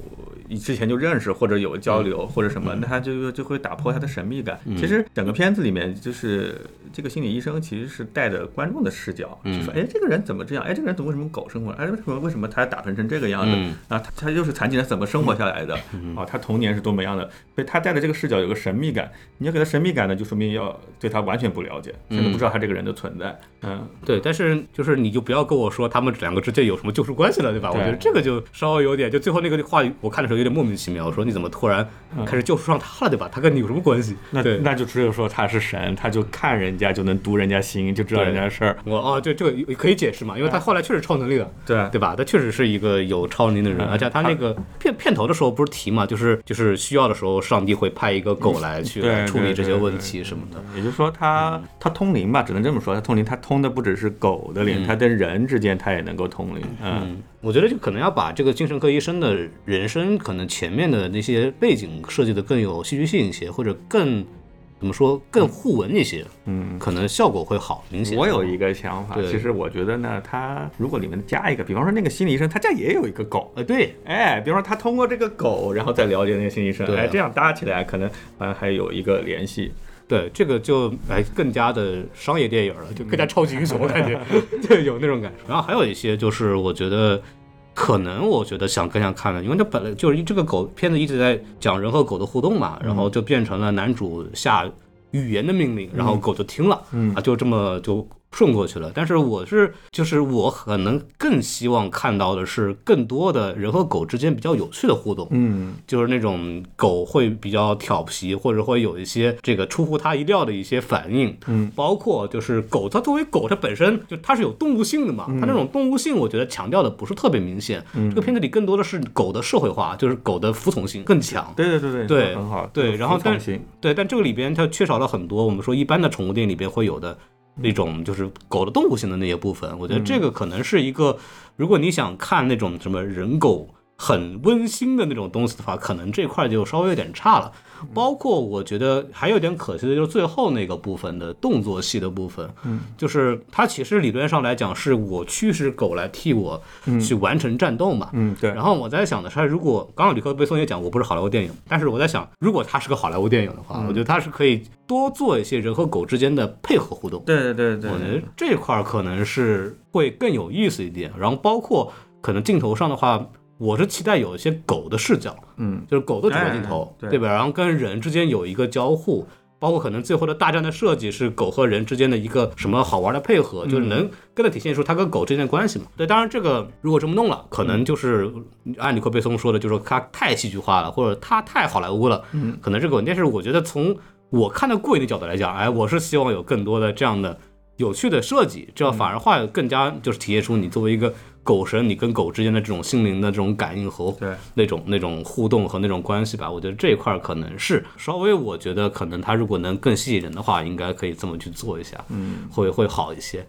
C: 之前就认识或者有交流或者什么，那他就就会打破他的神秘感。其实整个片子里面，就是这个心理医生其实是带着观众的视角，就说：“哎，这个人怎么这样？哎，这个人怎么为什么狗生活？哎，为什么为什么他打扮成这个样子
A: 嗯
C: 啊？他他又是残疾人，怎么生活下来的？啊，他童年是多么样的？所以他带着这个视角有个神秘感。你要给他神秘感呢，就说明要对他完全不了解，甚至不知道他这个人的存在。嗯，
A: 对，但是就是你就不要跟我说他们两个之间有什么救赎关系了，对吧？我
E: 对
A: 觉得这个就稍微有点，就最后那个话语，我看的时候有点莫名其妙，我说你怎么突然开始救赎上他了，对吧？他跟你有什么关系？
E: 嗯那
A: 对，
E: 那就只有说他是神，他就看人家就能读人家心，就知道人家的事儿。
A: 我哦，对，这个可以解释嘛，因
E: 嗯
A: 为他后来确实超能力了。
C: 对啊
A: 对吧？他确实是一个有超能力的人，
E: 嗯
A: 而且他那个片片头的时候不是提嘛，就是就是需要的时候，上帝会派一个狗来去
E: 嗯对
A: 来处理
E: 对
A: 这些
E: 对
A: 问
E: 对
A: 题什么的。
E: 也就是说他，
A: 嗯
E: 他通灵吧，只能这么说，他通灵，他通的不只是狗的
A: 嗯
E: 灵，他跟人之间他也能够通灵。嗯，
A: 我觉得就可能要把这个精神科医生的人生可能前面的那些背景设计的更有戏剧性一些，或者更怎么说更互文一些，嗯，可能效果会好明显。
E: 我有一个想法，
A: 嗯对
E: 其实我觉得呢，他如果里面加一个，比方说那个心理医生，他家也有一个狗。
A: 呃，对，
E: 哎，比方说他通过这个狗，然后再了解那个心理医生，
A: 对啊
E: 哎，这样搭起来可能好像还有一个联系。
A: 对，这个就哎更加的商业电影了，就
E: 嗯
A: 更加超级英雄，我感觉对有那种感受。然后还有一些就是我觉得。可能我觉得想更想看的，因为它本来就是这个狗片子一直在讲人和狗的互动嘛，然后就变成了男主下语言的命令，然后狗就听了，
E: 嗯
A: 啊，就这么就顺过去了。但是我是就是我可能更希望看到的是更多的人和狗之间比较有趣的互动，
E: 嗯，
A: 就是那种狗会比较调皮，或者会有一些这个出乎它意料的一些反应。
E: 嗯，
A: 包括就是狗，它作为狗，它本身就它是有动物性的嘛，它那种动物性，我觉得强调的不是特别明显。这个片子里更多的是狗的社会化，就是狗的服从性更强。
E: 对对对对，
A: 对
E: 很好，
A: 对
E: 有
A: 然后
E: 服
A: 但
E: 从性
A: 对，但这个里边它缺少了很多我们说一般的宠物店里边会有的那种，就是狗的动物性的那些部分。我觉得这个可能是一个，如果你想看那种什么人狗很温馨的那种东西的话，可能这块就稍微有点差了。包括我觉得还有点可惜的就是最后那个部分的动作戏的部分，嗯，就是它其实理论上来讲是我驱使狗来替我去完成战斗嘛，
E: 嗯，对，
A: 然后我在想的是，如果刚刚李克贝松也讲，我不是好莱坞电影，但是我在想，如果它是个好莱坞电影的话，我觉得它是可以多做一些人和狗之间的配合互动。
C: 对对对对，
A: 我觉得这块儿可能是会更有意思一点。然后包括可能镜头上的话，我是期待有一些狗的视角，
C: 嗯，
A: 就是狗的主观镜头，
C: 哎对
A: 对吧？然后跟人之间有一个交互，包括可能最后的大战的设计是狗和人之间的一个什么好玩的配合，
C: 嗯
A: 就是能更能体现出它跟狗之间的关系嘛。对，当然这个如果这么弄了，可
C: 嗯
A: 能就是按尼克贝松说的，就是它太戏剧化了，或者它太好莱坞了，嗯，可能这个问题。但是我觉得从我看的过瘾的角度来讲，哎，我是希望有更多的这样的。有趣的设计，这样
C: 嗯
A: 反而话更加就是体现出你作为一个狗神，你跟狗之间的这种心灵的这种感应和
C: 对
A: 那种那种互动和那种关系吧。我觉得这一块儿可能是稍微，我觉得可能他如果能更吸引人的话，应该可以这么去做一下，嗯，会会好一些。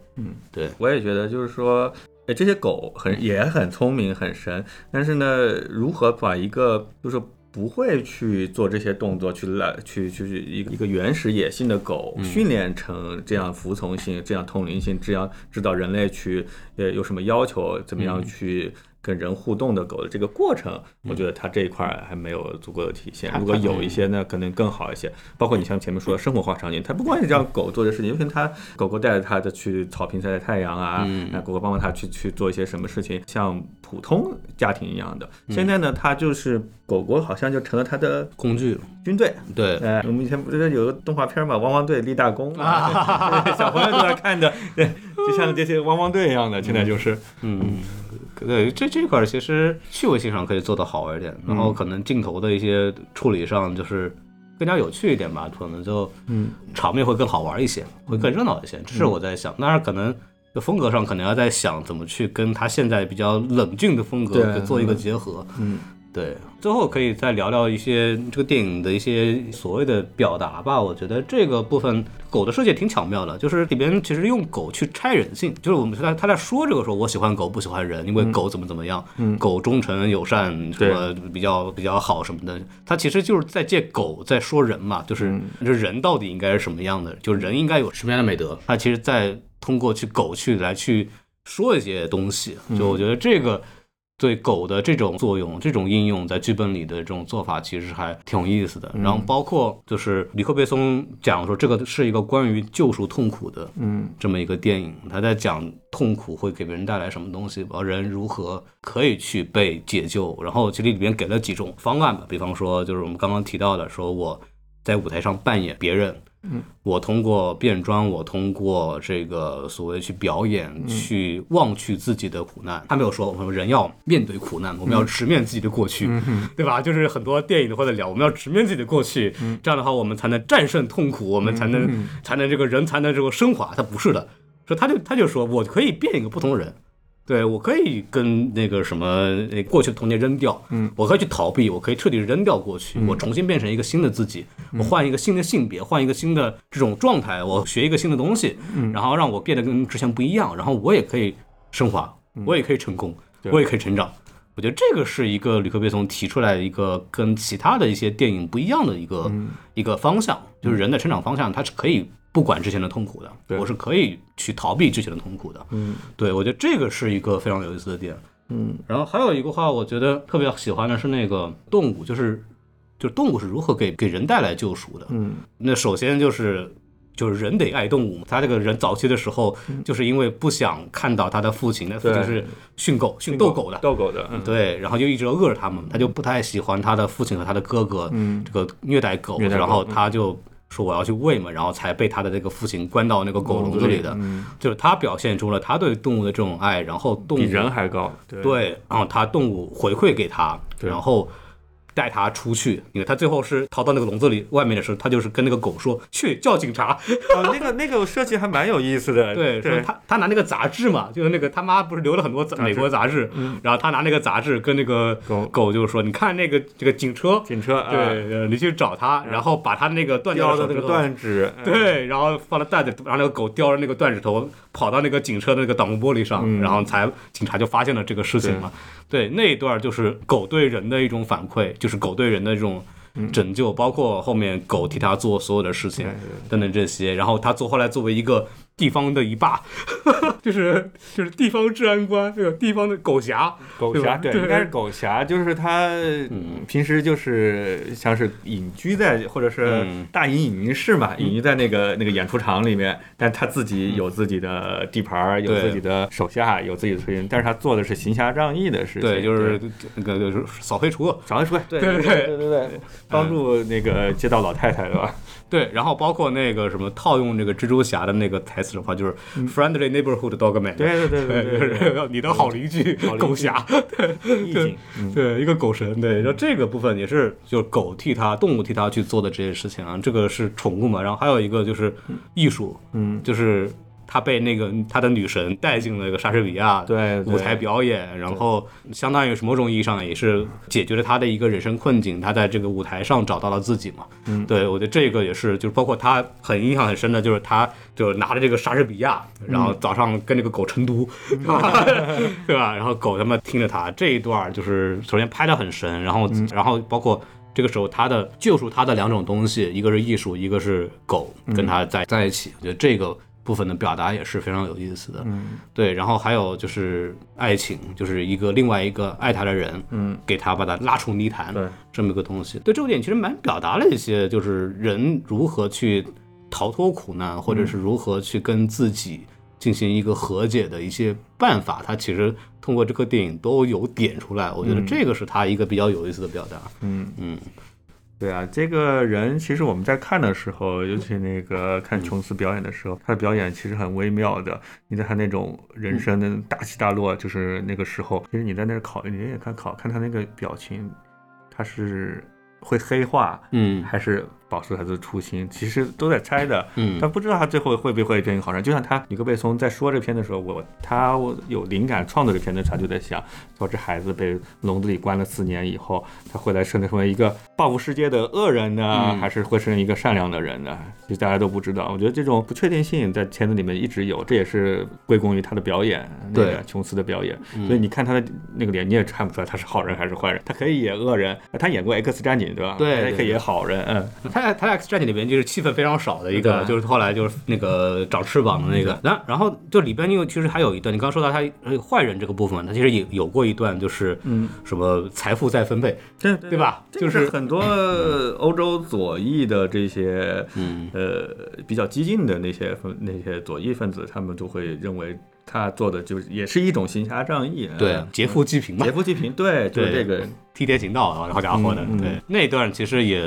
C: 我也觉得，就是说，呃，这些狗很也很聪明、很神，但是呢，如何把一个就是不会去做这些动作、去来去去去一个一个原始野性的狗训练成这样服从性、这样通灵性、这样知道人类去呃有什么要求，怎么样去。跟人互动的狗的这个过程，我觉得它这一块儿还没有足够的体现。
A: 它
C: 如果
A: 它
C: 有一些呢，嗯可能更好一些。包括你像前面说的生活化场景，它不光是让狗做这
A: 嗯
C: 事情，尤其它狗狗带着它的去草坪晒晒太阳啊，
A: 嗯
C: 那狗狗帮帮它去去做一些什么事情，像普通家庭一样的。
A: 嗯
C: 现在呢，它就是狗狗好像就成了它的
A: 工具，
C: 军队。
A: 对，
C: 哎，我们以前不是有个动画片嘛，《汪汪队立大功》嘛，
A: 啊
C: 小朋友都在看的，对，
E: 就像这些汪汪队一样的，现在就是
A: 嗯，对，这这块儿其实趣味性上可以做得好一点，然后可能镜头的一些处理上就是。更加有趣一点吧，可能就
E: 嗯
A: 场面会更好玩一些，会更热闹一些，这是我在想。但是可能就风格上可能要在想怎么去跟他现在比较冷峻的风格
C: 对
A: 做一个结合。
C: 嗯，
A: 对，最后可以再聊聊一些这个电影的一些所谓的表达吧。我觉得这个部分狗的设计也挺巧妙的，就是里边其实用狗去拆人性，就是我们他他在说这个说我喜欢狗不喜欢人，因为狗怎么怎么样，狗忠诚友善什么比较比较好什么的，他其实就是在借狗在说人嘛，就是这人到底应该是什么样的，就人应该有什么样的美德，他其实在通过去狗去来去说一些东西，就我觉得这个。对狗的这种作用、这种应用，在剧本里的这种做法，其实还挺有意思的。然后包括就是吕克贝松讲说，这个是一个关于救赎痛苦的，嗯，这么一个电影，他在讲痛苦会给人带来什么东西，然后人如何可以去被解救。然后其实里面给了几种方案吧，比方说就是我们刚刚提到的，说我在舞台上扮演别人，我通过变装，我通过这个所谓去表演，去忘去自己的苦难。他没有说我们人要面对苦难，我们要直面自己的过去，对吧？就是很多电影都会在聊，我们要直面自己的过去，这样的话我们才能战胜痛苦，我们才能、才能这个人才能这个升华。他不是的，说他就他就说我可以变一个不同人。对，我可以跟那个什么那过去的童年扔掉，嗯，我可以去逃避，我可以彻底扔掉过去，我重新变成一个新的自己，我换一个新的性别，换一个新的这种状态，我学一个新的东西，然后让我变得跟之前不一样，然后我也可以升华，我也可以成功，我也可以成长。我觉得这个是一个吕克贝松提出来一个跟其他的一些电影不一样的一个、一个方向，就是人的成长方向，它是可以不管之前的痛苦的，
C: 对
A: 我是可以去逃避之前的痛苦的。嗯，对我觉得这个是一个非常有意思的点。嗯，然后还有一个话，我觉得特别喜欢的是那个动物，就是就是动物是如何给给人带来救赎的。嗯，那首先就是就是人得爱动物嘛。他这个人早期的时候，就是因为不想看到他的父亲，那父亲
C: 对
A: 是训狗、训斗狗的，
C: 逗狗的，嗯，
A: 对，然后就一直饿着他们，他就不太喜欢他的父亲和他的哥哥，嗯，这个虐待狗，
C: 虐待狗嗯
A: 然后他就说我要去喂嘛，然后才被他的这个父亲关到那个
C: 哦
A: 狗笼子里
C: 嗯
A: 的，嗯就是他表现出了他对动物的这种爱，然后动物
C: 比人还高，对
A: 对，然后他动物回馈给他，
C: 对
A: 然后带他出去，因为他最后是逃到那个笼子里外面的时候，他就是跟那个狗说去叫警察，
C: 哦，那个那个设计还蛮有意思的，
A: 对，说
C: 对，
A: 他他拿那个杂志嘛，就是那个他妈不是留了很多杂
C: 志嗯
A: 美国杂志，然后他拿那个杂志跟那个
C: 狗
A: 狗就说，你看那个这个警车，
C: 警车啊
A: 对，呃你去找他，然后把他那个断掉的
C: 叼
A: 手指
C: 的那个
A: 头，
C: 断指，嗯，
A: 对，然后放在袋子，然后那个狗叼着那个断指头跑到那个警车的那个挡风玻璃上，
C: 嗯
A: 然后才警察就发现了这个事情嘛。对，那一段就是狗对人的一种反馈，就是狗对人的这种。拯救，包括后面狗替他做所有的事情
C: 嗯对对
A: 等等这些，然后他做后来作为一个地方的一霸， 就是就是地方治安官，这个地方的狗侠，
C: 狗
A: 对吧
C: 侠对，
A: 对
C: 应该是狗侠，就是他平时就是像是隐居在或者是
A: 嗯
C: 大隐隐于市嘛，隐居在那个那个演出场里面，但他自己有自己的地盘儿，有
A: 对
C: 自己的手下，有自己的事情，但是他做的是行侠仗义的事情，
A: 对，就是那个就是扫黑除恶，
C: 找他出来，对
A: 对对
C: 对对，帮助那个街道老太太，对吧？
A: 对，然后包括那个什么套用这个蜘蛛侠的那个台词的话，就是 friendly neighborhood dogman，
C: 嗯对对对 对对
A: 就是你的好邻居
C: 邻居
A: 狗侠，
C: 意境，嗯，
A: 对，一个狗神，对，然后这个部分也是就是狗替它动物替它去做的这些事情啊，这个是宠物嘛，然后还有一个就是艺术，嗯，就是他被那个他的女神带进了一个莎士比亚
C: 对对
A: 舞台表演，然后相当于是某种意义上也是解决了他的一个人生困境，他在这个舞台上找到了自己嘛，嗯，对我觉得这个也是，就是包括他很印象很深的就是他就是拿着这个莎士比亚，然
C: 嗯
A: 后早上跟这个狗晨读，对吧？ 对吧？然后狗他妈听着他这一段儿，就是首先拍的很神，然后、
C: 嗯
A: 然后包括这个时候他的救赎他的两种东西，一个是艺术，一个是狗
C: 嗯
A: 跟他在在一起，我觉得这个部分的表达也是非常有意思的。嗯，对，然后还有就是爱情，就是一个另外一个爱他的人，嗯，给他把他拉出泥潭，
C: 对，
A: 这么一个东西。对这部电影其实蛮表达了一些，就是人如何去逃脱苦难，或者是如何去跟自己进行一个和解的一些办法，它其实通过这个电影都有点出来。我觉得这个是它一个比较有意思的表达。
C: 嗯
A: 嗯
C: 对啊，这个人其实我们在看的时候，尤其那个看琼斯表演的时候，他的表演其实很微妙的。你在他那种人生的大起大落，就是那个时候，其实你在那儿考，你也看考看他那个表情，他是会黑化，
A: 嗯
C: 还是保持他的初心，其实都在猜的。
A: 嗯
C: 但不知道他最后会不会变成好人。就像他尼克贝松在说这篇的时候，我他我有灵感创作这篇的时候，他就在想，说这孩子被笼子里关了四年以后，他会来成成为一个报复世界的恶人呢，
A: 嗯
C: 还是会成为一个善良的人呢？其实大家都不知道。我觉得这种不确定性在片子里面一直有，这也是归功于他的表演，那
A: 对嗯
C: 个琼斯的表演。所以你看他的那个脸，你也看不出来他是好人还是坏人。他可以演恶人，他演过《X 战警》对吧？
A: 对
C: 他也可
A: 对
C: 以演好人，嗯。
A: 他在他在 X 战警里边就是气氛非常少的一个，
C: 对
A: 就是后来就是那个长翅膀的那个，然然后就里边又其实还有一段，你刚刚说到他呃坏人这个部分，他其实也有过一段就是嗯什么财富再分配，
D: 对
A: 对吧
D: 这
A: 就
D: 个
A: 是
D: 是很多欧洲左翼的这些，嗯、呃，比较激进的那些分那些左翼分子，他们就会认为他做的就是也是一种行侠仗义，
C: 嗯
D: 呃
A: 劫富济贫嘛
D: 劫，富济贫，对，就是
A: 对
D: 这个，
A: 替天行道啊，好家伙的，
C: 嗯嗯
A: 对那段其实也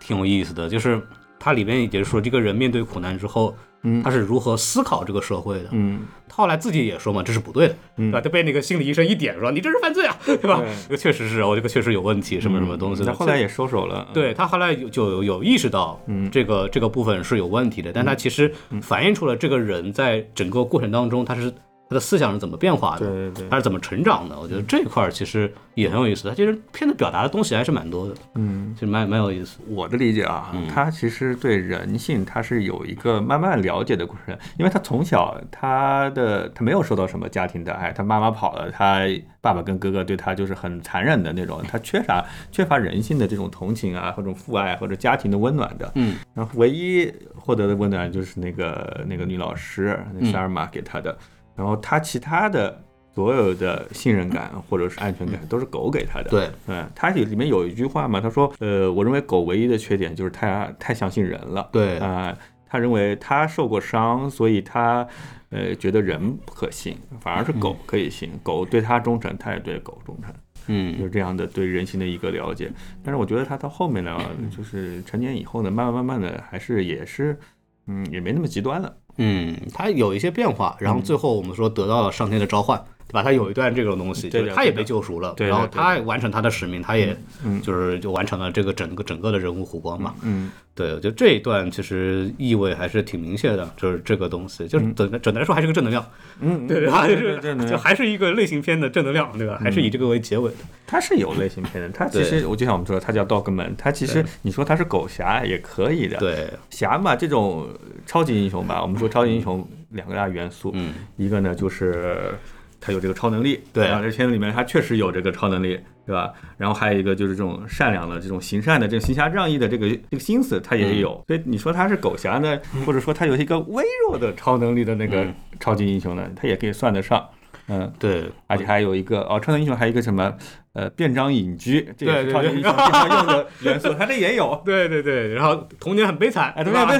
A: 挺有意思的，就是它里边也说这个人面对苦难之后，
C: 嗯
A: 他是如何思考这个社会的，
C: 嗯
A: 他后来自己也说嘛，这是不对的，对吧？就被那个心理医生一点说，你这是犯罪啊， 对吧
C: 对？
A: 这个确实是，哦我这个确实有问题，
D: 嗯
A: 什么什么东西的。
C: 他后来也收手了。嗯，
A: 对他后来有就有有意识到，
C: 嗯
A: 这个这个部分是有问题的，但他其实反映出了这个人在整个过程当中，他是他的思想是怎么变化的，
C: 对嗯对对
A: 他是怎么成长的。我觉得这一块儿其实也很有意思，他其实片子表达的东西还是蛮多的，
C: 嗯，
A: 其实蛮蛮有意思。
C: 我的理解啊
A: 嗯，
C: 他其实对人性他是有一个慢慢了解的过程，因为他从小他的他没有受到什么家庭的爱，他妈妈跑了，他爸爸跟哥哥对他就是很残忍的那种，他缺啥缺乏人性的这种同情啊，或者父爱或者家庭的温暖的。
A: 嗯，
C: 然后唯一获得的温暖就是那个那个女老师那萨尔玛给他的，然后他其他的。所有的信任感或者是安全感都是狗给他的，
A: 对，
C: 嗯，他里面有一句话嘛，他说，呃，我认为狗唯一的缺点就是太太相信人了。
A: 对
C: 啊、他认为他受过伤，所以他呃觉得人不可信，反而是狗可以信，狗对他忠诚，他也对狗忠诚，就
A: 嗯
C: 是这样的对人性的一个了解。但是我觉得他到后面呢，
A: 嗯
C: 就是成年以后呢，慢慢慢慢的还是也是，嗯，也没那么极端了。
A: 嗯，他有一些变化，然后最后我们说得到了上天的召唤。对吧？他有一段这种东西，
C: 对
A: 就
C: 的
A: 是他也
C: 对的
A: 被救赎了，
C: 对的
A: 然后
C: 对的
A: 他也完成他的使命，他也
C: 嗯
A: 就是就完成了这个整个整个的人物弧光嘛。
C: 嗯，
A: 对，我觉得这一段其实意味还是挺明显的，就是这个东西，就是整个整的来说还是个正能量，
C: 嗯
A: 对 吧？就
C: 正能
A: 是
C: 量嗯
A: 就 还是一个类型片的正能量，对吧？还是以这个为结尾的。
C: 它是有类型片的，它其实我就像我们说，它叫 Dogman，它其实你说它是狗侠也可以的，
A: 对，
C: 侠嘛，这种超级英雄吧，我们说超级英雄两个大元素，
A: 嗯，
C: 一个呢就是他有这个超能力，
A: 对
C: 然后这片子里面他确实有这个超能力，对吧？然后还有一个就是这种善良的、这种行善的、这种行侠仗义的这个这个心思，他
A: 嗯
C: 也有。所以你说他是狗侠呢，或者说他有一个微弱的超能力的那
A: 嗯
C: 个超级英雄呢，他也可以算得上，嗯。
A: 对，
C: 而且还有一个哦，超能英雄还有一个什么，呃，变装隐居，这
A: 对对
C: 也是超级
A: 对
C: 英雄经常用的元素，他这也有。
A: 对对对，然后童年很悲惨，
C: 哎，对对对，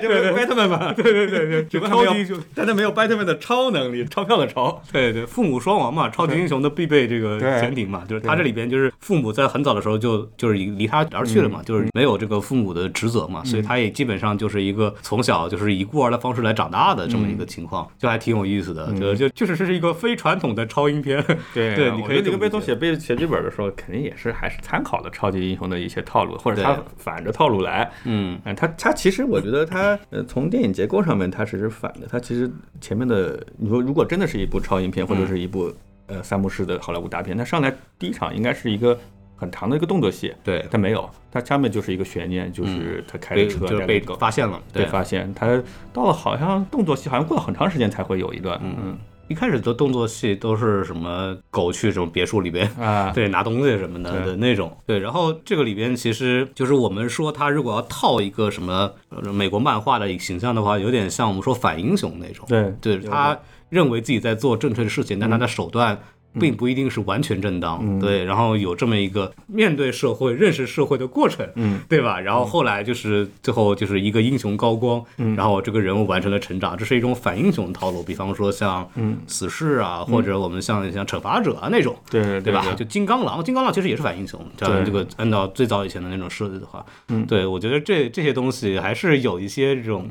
C: 对，这不是 Batman 吗？对对对对，只不过他
A: 超级
C: 没
A: 英
C: 有
A: 雄，
C: 但他没有 Batman 的超能 力，钞票的钞。
A: 对对，父母双亡嘛，超级英雄的必备这个
C: 对
A: 前提嘛，就是
C: 对
A: 他这里边就是父母在很早的时候就就是离他而去了
C: 嗯
A: 嘛，就是没有这个父母的职责嘛，所以他也基本上就是一个从小就是以孤儿的方式来长大的这么一个情
C: 嗯
A: 况，就还挺有意思的，就就确实是一个非传统的超英片，对，你
C: 你
A: 可
C: 可
A: 以
C: 以
A: 这
C: 这
A: 么
C: 个
A: 理
C: 贝
A: 解
C: 松写背写剧本的时候，肯定也是还是参考了超级英雄的一些套路，或者
A: 对
C: 他反着套路来。
A: 嗯，
C: 嗯，他他其实我觉得他呃，从电影结构上面他其实是反的，他其实前面的你说如果真的是一部超英片
A: 嗯
C: 或者是一部呃三幕式的好莱坞大片，那上来第一场应该是一个很长的一个动作戏，
A: 对，
C: 但没有，他下面就是一个悬念，就是他开着
A: 被
C: 车
A: 嗯就是
C: 带
A: 被
C: 着狗。
A: 发现了，
C: 被发现，他到了好像动作戏，好像过了很长时间才会有一段，嗯
A: 一开始的动作戏都是什么狗去什么别墅里边
C: 啊，
A: 对，拿东西什么的
C: 对
A: 的那种。对，然后这个里边其实就是我们说他如果要套一个什么呃美国漫画的一个形象的话，有点像我们说反英雄那种。
C: 对嗯
A: 对，他认为自己在做正确的事情，但他的手段。并不一定是完全正当，对，然后有这么一个面对社会、认识社会的过程，
C: 嗯，
A: 对吧？然后后来就是最后就是一个英雄高光，嗯，然后这个人物完成了成长，这是一种反英雄套路，比方说像
C: 嗯
A: 死侍啊，或者我们像像惩罚者啊那种，
C: 对对
A: 对吧？就金刚狼，金刚狼其实也是反英雄，这样
C: 对
A: 这个按照最早以前的那种设计的话，嗯，对我觉得这这些东西还是有一些这种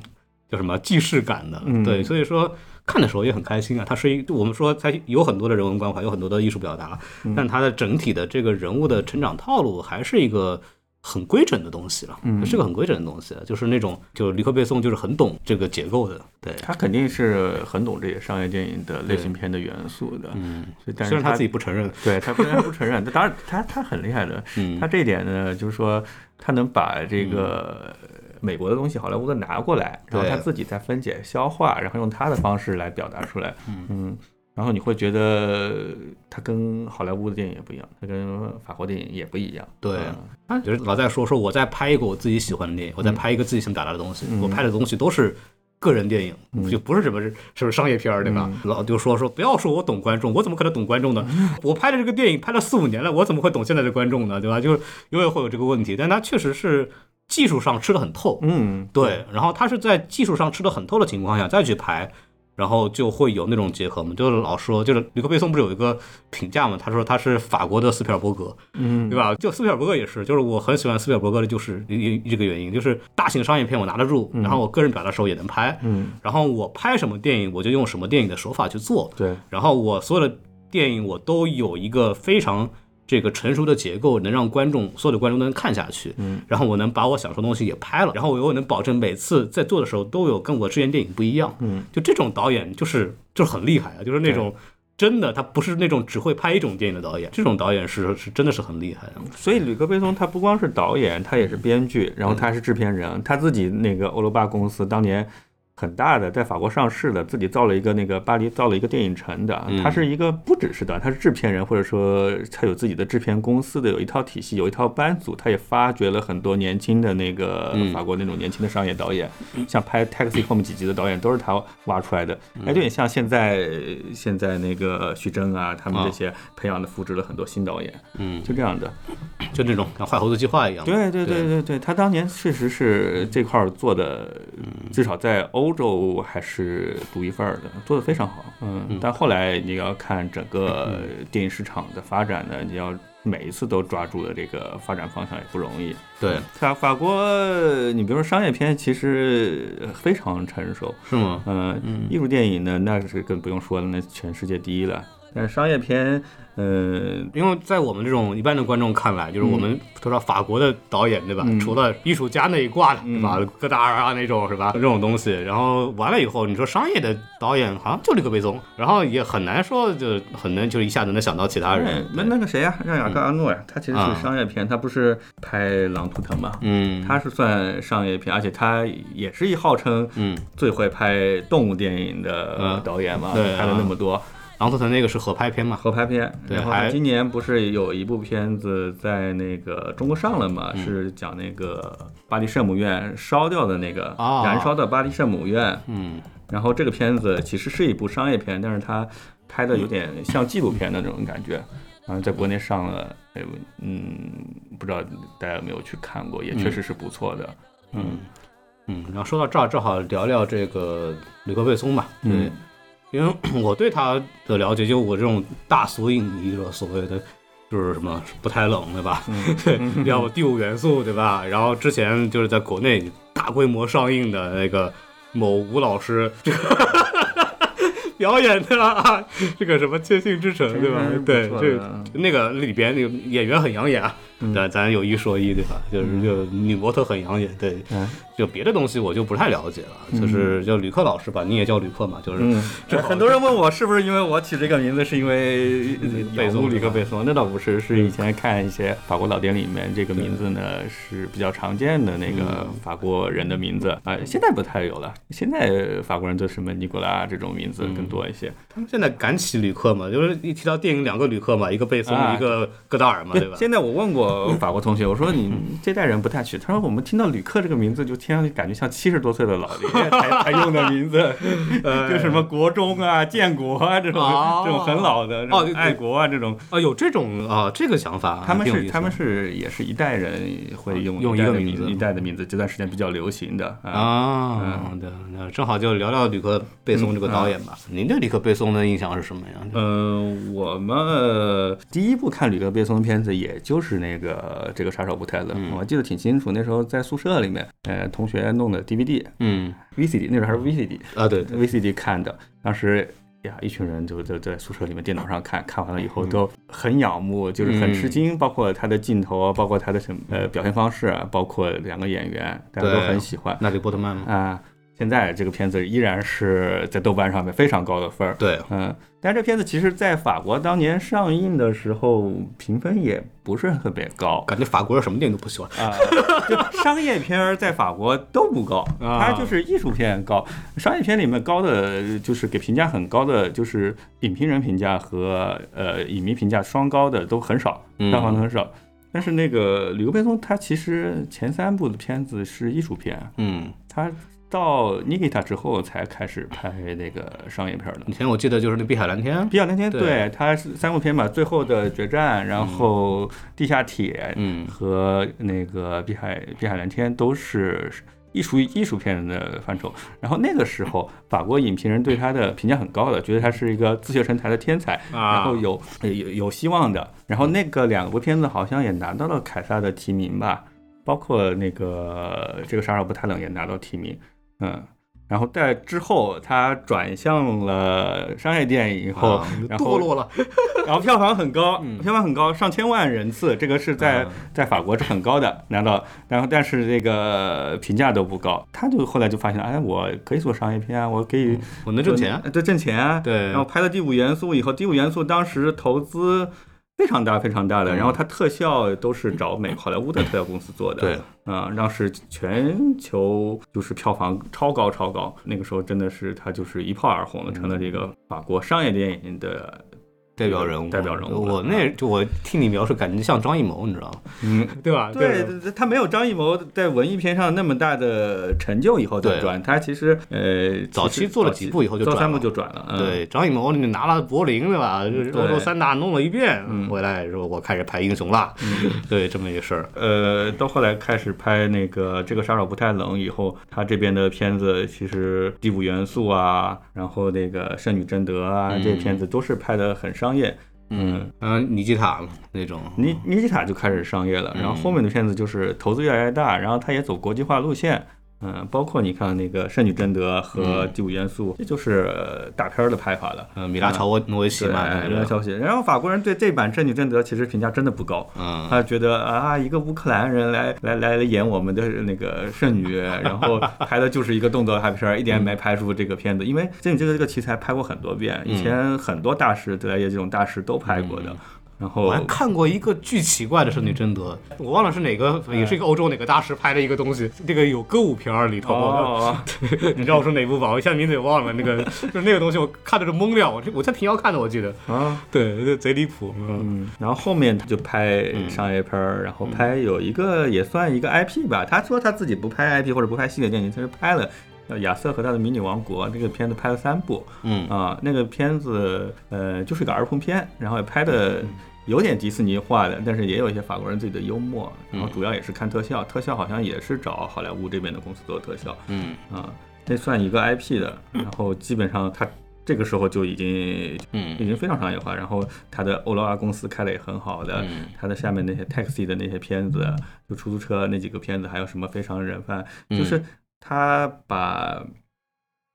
A: 叫什么既视感的，
C: 嗯
A: 对，所以说。看的时候也很开心啊，它是一我们说它有很多的人文
C: 嗯
A: 关怀，有很多的艺术表达，但它的整体的这个人物的成长套路还是一个很规整的东西了，
C: 嗯
A: 是个很规整的东西，啊就是那种就是吕克贝松就是很懂这个结构的，对，
C: 他肯定是很懂这些商业电影的类型片的元素的，
A: 嗯，
C: 所以但
A: 虽
C: 是
A: 然他自己不承认，
C: 对他虽然不承认，但当然他他很厉害的，
A: 嗯
C: 他这一点呢，就是说他能把这个美国的东西、好莱坞的拿过来，然后
A: 对
C: 他自己再分解、消化，然后用他的方式来表达出来。嗯，然后你会觉得他跟好莱坞的电影也不一样，他跟法国电影也不一样。
A: 对
C: 嗯
A: 他就是老在说说我在拍一个我自己喜欢的电影，我在拍一个自己想表达的东西，
C: 嗯
A: 我拍的东西都是个人电影，
C: 嗯
A: 就不是什么什么商业片儿，对吧？老就说说不要说我懂观众，我怎么可能懂观众呢？
C: 嗯
A: 我拍的这个电影拍了四五年了，我怎么会懂现在的观众呢？对吧？就是永远会有这个问题，但他确实是技术上吃的很透，
C: 嗯，
A: 对，然后他是在技术上吃的很透的情况下再去排，然后就会有那种结合嘛。就是老说，就是吕克贝松不是有一个评价嘛？他说他是法国的斯皮尔伯格，嗯，
C: 음,
A: 对吧？就斯皮尔伯格也是，就是我很喜欢斯皮尔伯格的，就是一一这个原因，就是大型商业片我拿得住，然后我个人表达的时候也能拍，
C: 嗯，
A: 然后我拍什么电影我就用什么电影的手法去做，
C: 对，
A: 然后我所有的电影我都有一个非常这个成熟的结构，能让观众所有的观众都能看下去。嗯，然后我能把我想说的东西也拍了，然后我又能保证每次在做的时候都有跟我之前电影不一样。
C: 嗯，
A: 就这种导演就是就是很厉害啊，就是那种。真的，他不是那种只会拍一种电影的导演，这种导演是是真的是很厉害的。啊
C: 所以吕克贝松他不光是导演，他也是编剧，然后
A: 嗯
C: 他是制片人，他自己那个欧罗巴公司当年很大的，在法国上市的，自己造了一个那个巴黎造了一个电影城的
A: 嗯，
C: 他是一个不只是的，他是制片人，或者说他有自己的制片公司的，有一套体系，有一套班组，他也发掘了很多年轻的那个
A: 嗯
C: 法国那种年轻的商业导演，像拍《Taxi Home》几集的导演都是他挖出来的，
A: 嗯
C: 哎，有点像现在现在那个徐峥啊，他们这些培养的复制了很多新导演，
A: 哦嗯，
C: 就这样的。
A: 就那种像《坏猴子计划》一样。
C: 对对嗯
A: 对
C: 对对对，他当年确实是这块儿做的，至少在欧洲还是独一份儿的，做的非常好。嗯，但后来你要看整个电影市场的发展呢，你要每一次都抓住的这个发展方向也不容易。
A: 对，
C: 法法国，你比如说商业片，其实呃非常成熟。
A: 是吗？
C: 嗯，艺术电影呢，那是更不用说了，那全世界第一了。
D: 但是商业片，呃，
A: 因为在我们这种一般的观众看来，就是我们都知道法国的导演对吧？除了艺术家那一挂的，对吧？戈达尔啊那种是吧？这种东西，然后完了以后，你说商业的导演好像就这个贝松，然后也很难说就很难就一下子能想到其他人。
D: 哦那那个谁呀、让雅各阿诺呀、他其实
A: 啊
D: 是商业片，他不是拍《狼图腾》嘛，
A: 嗯，
D: 他是算商业片，而且他也是一号称
A: 嗯，
D: 最会拍动物电影的
A: 嗯
D: 导演嘛，
A: 对啊
D: 拍了那么多
A: 昂斯腾那个是合拍片嘛？
D: 合拍片。
A: 对
D: 然后
A: 还
D: 他今年不是有一部片子在那个中国上了嘛，
A: 嗯
D: 是讲那个巴黎圣母院烧掉的那个
A: 啊
D: 燃烧的巴黎圣母院。
A: 嗯，
D: 然后这个片子其实是一部商业片，但是它拍的有点像纪录片的那种感觉。然后在国内上了，哎嗯，不知道大家有没有去看过，也确实是不错的。
A: 嗯嗯，然后说到这儿，正好聊聊这个吕克贝松吧。对，
C: 嗯
A: 因为 我对他的了解，就我这种大俗影迷者所谓的。就是什么不太冷对吧？ 对，要不第五元素对吧？然后之前就是在国内大规模上映的那个某吴老师表演的啊，这个什么《千信之城》对吧
D: 真是？不
A: 对，
D: 错
A: 这
D: 的啊
A: 那个里边那个演员很养眼啊，咱咱有一说一对吧？就是就女模特很养眼，对，就别的东西我就不太了解了。就是就吕克老师吧，你也叫吕克嘛，就是
D: 这很多人问我是不是因为我起这个名字是因为
A: 贝
C: 北
A: 松
C: 苏
A: 里
C: 呃里
A: 克
C: 克
A: 贝
C: 贝松，那倒不是，是以前看一些法国老电影里面这个名字呢是比较常见的那个法国人的名字啊、现在不太有了，现在法国人都什么尼古拉这种名字更多一些。
A: 他们现在敢起吕克嘛，就是一提到电影两个吕克嘛，一个贝松，
C: 啊
A: 一个戈达尔嘛，对吧？
C: 现在我问 过法国同学，我说你这代人不太取，他说我们听到吕克这个名字就听上去感觉像七十多岁的老爷才才用的 名字，就什么国中啊、建国啊这种
A: 哦
C: 这种很老的，这
A: 哦
C: 种爱国啊这种。
A: 啊，有这种啊，这个想法，
C: 他们
A: 挺有意
C: 是
A: 思啊
C: 他们是也是一代人会用
A: 用
C: 代
A: 一个
C: 的
A: 名字
C: 一代的名字，这段时间比较流行的啊。
A: 啊，对，那正好就聊聊吕克贝松这个导演吧。嗯您对吕克贝松的印象是什么呀？
C: 嗯，我们呃第一部看吕克贝松的片子，也就是那个这个杀手不太冷，
A: 嗯
C: 我记得挺清楚。那时候在宿舍里面，呃，同学弄的 DVD、
A: 嗯
C: VCD，那时候还是 VCD，
A: 啊，对，
C: VCD 看的，当时呀，一群人就就在宿舍里面电脑上看看完了以
A: 嗯
C: 后都很仰慕，就是很吃惊，包括他的镜头啊，包括他的什么呃表现方式啊，包括两个演员，大家都
A: 对
C: 很喜欢
A: 那里波特曼吗？
C: 啊。现在这个片子依然是在豆瓣上面非常高的分儿，
A: 对，
C: 嗯，但是这片子其实在法国当年上映的时候评分也不是特别高，
A: 感觉法国人什么电影都不喜欢。
C: 啊， 就商业片儿在法国都不高，
A: 啊
C: 它就是艺术片高。商业片里面高的就是给评价很高的，就是影评人评价和呃影迷评价双高的都很少，
A: 嗯
C: 票房都很少。但是那个吕克贝松他其实前三部的片子是艺术片，
A: 嗯，
C: 他到《Nikita》之后才开始拍那个商业片儿的。
A: 以前我记得就是那《碧海蓝天》，
C: 比较那天
A: 对
C: 对，他是三部片嘛，最后的决战，然后地下铁，
A: 嗯
C: 和那个碧海碧海蓝天都是艺术艺术片的范畴。然后那个时候，法国影评人对他的评价很高的，觉得他是一个自学成才的天才，
A: 啊
C: 然后有有有希望的。然后那个两部片子好像也拿到了凯撒的提名吧，包括那个这个沙尔布泰冷也拿到提名，嗯。然后在之后，他转向了商业电影以后，
A: 啊
C: 然后
A: 堕落了。
C: 然后票房很高，票房很高，上千万人次，这个是在、
A: 嗯
C: 在法国是很高的，拿到，然后但是这个评价都不高，他就后来就发现，哎，我可以做商业片啊，我可以、
A: 我嗯能挣钱，
D: 对，挣钱啊。
A: 对
D: 然后拍了《第五元素》以后，《第五元素》当时投资非常大，非常大的。然
A: 嗯
D: 后它特效都是找美好莱坞的特效公司做的。
A: 对，
D: 嗯，
C: 当时全球就是票房超高超高，那个时候真的是他就是一炮而红
A: 嗯
C: 了，成了这个法国商业电影的
A: 代表人物，
C: 代表人物
A: 我那就我听你描述，感觉像张艺谋，你知道吗？
C: 嗯。
A: 对吧？对
D: 对，他没有张艺谋在文艺片上那么大的成就以后
A: 对
D: 才转，他其实呃，
A: 早期
D: 其实
A: 做了
D: 早期
A: 几部以后就
D: 做
A: 转
D: 三部
A: 了
D: 就转了。嗯，
A: 对，张艺谋你拿了柏林对吧？就是欧洲
D: 对嗯
A: 三大弄了一遍，回来说我开始拍英雄了，对，这么一个事儿。
C: 呃，到后来开始拍那个《这个杀手不太冷》以后，他这边的片子其实《第五元素》啊，然后那个《圣女贞德》啊，这些片子都是拍的很商业。嗯，
A: 嗯，尼基塔那种，
C: 尼尼基塔就开始商业了，然
A: 嗯
C: 后后面的片子就是投资越来越大，然后他也走国际化路线。嗯，包括你看那个《圣女贞德》和《第五元素》这就是呃大片儿的拍法了。
A: 嗯，米拉乔沃诺维奇
D: 对，
A: 嘛，那
D: 热
A: 个
D: 消息。然后法国人对这版《正女贞德》其实评价真的不高。
A: 嗯，
D: 他觉得啊，一个乌克兰人来来来演我们的那个圣女，然后拍的就是一个动作大片儿，一点没拍出这个片子。因为这这个这个题材拍过很多遍，
A: 嗯
D: 以前很多大师，德莱叶这种大师都拍过的。然后
A: 我还看过一个巨奇怪的《圣女贞德》，我忘了是哪个，
D: 嗯
A: 也是一个欧洲哪个大师拍的一个东西，那个有歌舞片儿里头，
C: 哦
A: 你知道我说哪部吧？我一下名字也忘了，那个 就是那个东西，我看的是懵掉，我这我在平遥看的，我记得，
D: 哦
C: 啊，
A: 对，这贼离谱，嗯，
C: 嗯，
D: 然后后面他就拍商业片儿，然后拍有一个也算一个 IP 吧。他说他自己不拍 IP 或者不拍系列电影，他是拍了呃《亚瑟和他的迷你王国》这个片子，拍了三部。
A: 嗯
D: 啊，那个片子呃就是一个儿童片，然后也拍的有点迪士尼化的，但是也有一些法国人自己的幽默。然后主要也是看特效，特效好像也是找好莱坞这边的公司做特效。
A: 嗯
D: 啊，那算一个 IP 的。然后基本上他这个时候就已经
A: 嗯
D: 已经非常商业化。然后他的欧罗巴公司开的也很好的，
A: 嗯
D: 他的下面那些 taxi 的那些片子，就出租车那几个片子，还有什么非常人贩，
A: 嗯
D: 就是他把。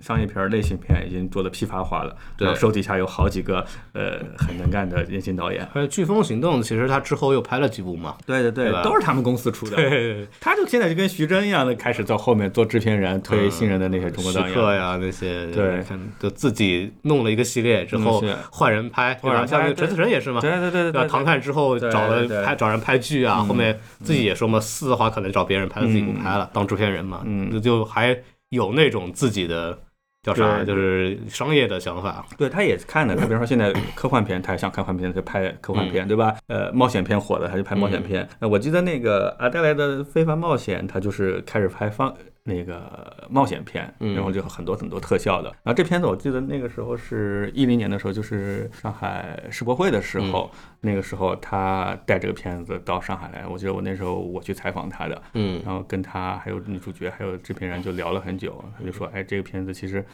D: 商业片儿、类型片已经做的批发化了，
A: 对
D: 然后手底下有好几个呃很能干的年轻导演，
A: 还有《飓风行动》，其实他之后又拍了几部嘛，
D: 对对对
A: 吧
D: 都是他们公司出的。
A: 对，
C: 他就现在就跟徐峥一样的，开始到后面做制片人，推新人的那些中国
A: 徐
C: 导演，
A: 克嗯呀那些，
C: 啊对
A: 看就自己弄了一个系列之后
C: 嗯是
A: 换人拍，对
C: 换人
A: 吧？
C: 拍
A: 像那个
C: 对
A: 陈思诚也是嘛，
C: 对对对对
A: 吧
C: 对嗯
A: 唐探之后
D: 对
A: 找了
D: 对对
A: 拍找人拍剧啊，后面自己也说嘛，四的话可能找别人拍了，自己不拍了，当制片人嘛，
C: 嗯
D: 嗯
A: 就就还有那种自己的叫啥，
C: 对
A: 就是商业的想法，
C: 对，他也看的。他比如说现在科幻片，他也想看科幻片，他就拍科幻片，对吧？呃，冒险片火了，他就拍冒险片。呃我记得那个阿黛莱的《非凡冒险》，他就是开始拍方那个冒险片，然后就很多很多特效的。然后这片子我记得那个时候是一零年的时候，就是上海世博会的时候，那个时候他带这个片子到上海来，我记得我那时候我去采访他的，
A: 嗯
C: 然后跟他还有女主角还有制片人就聊了很久，他就说，哎，这个片子其实。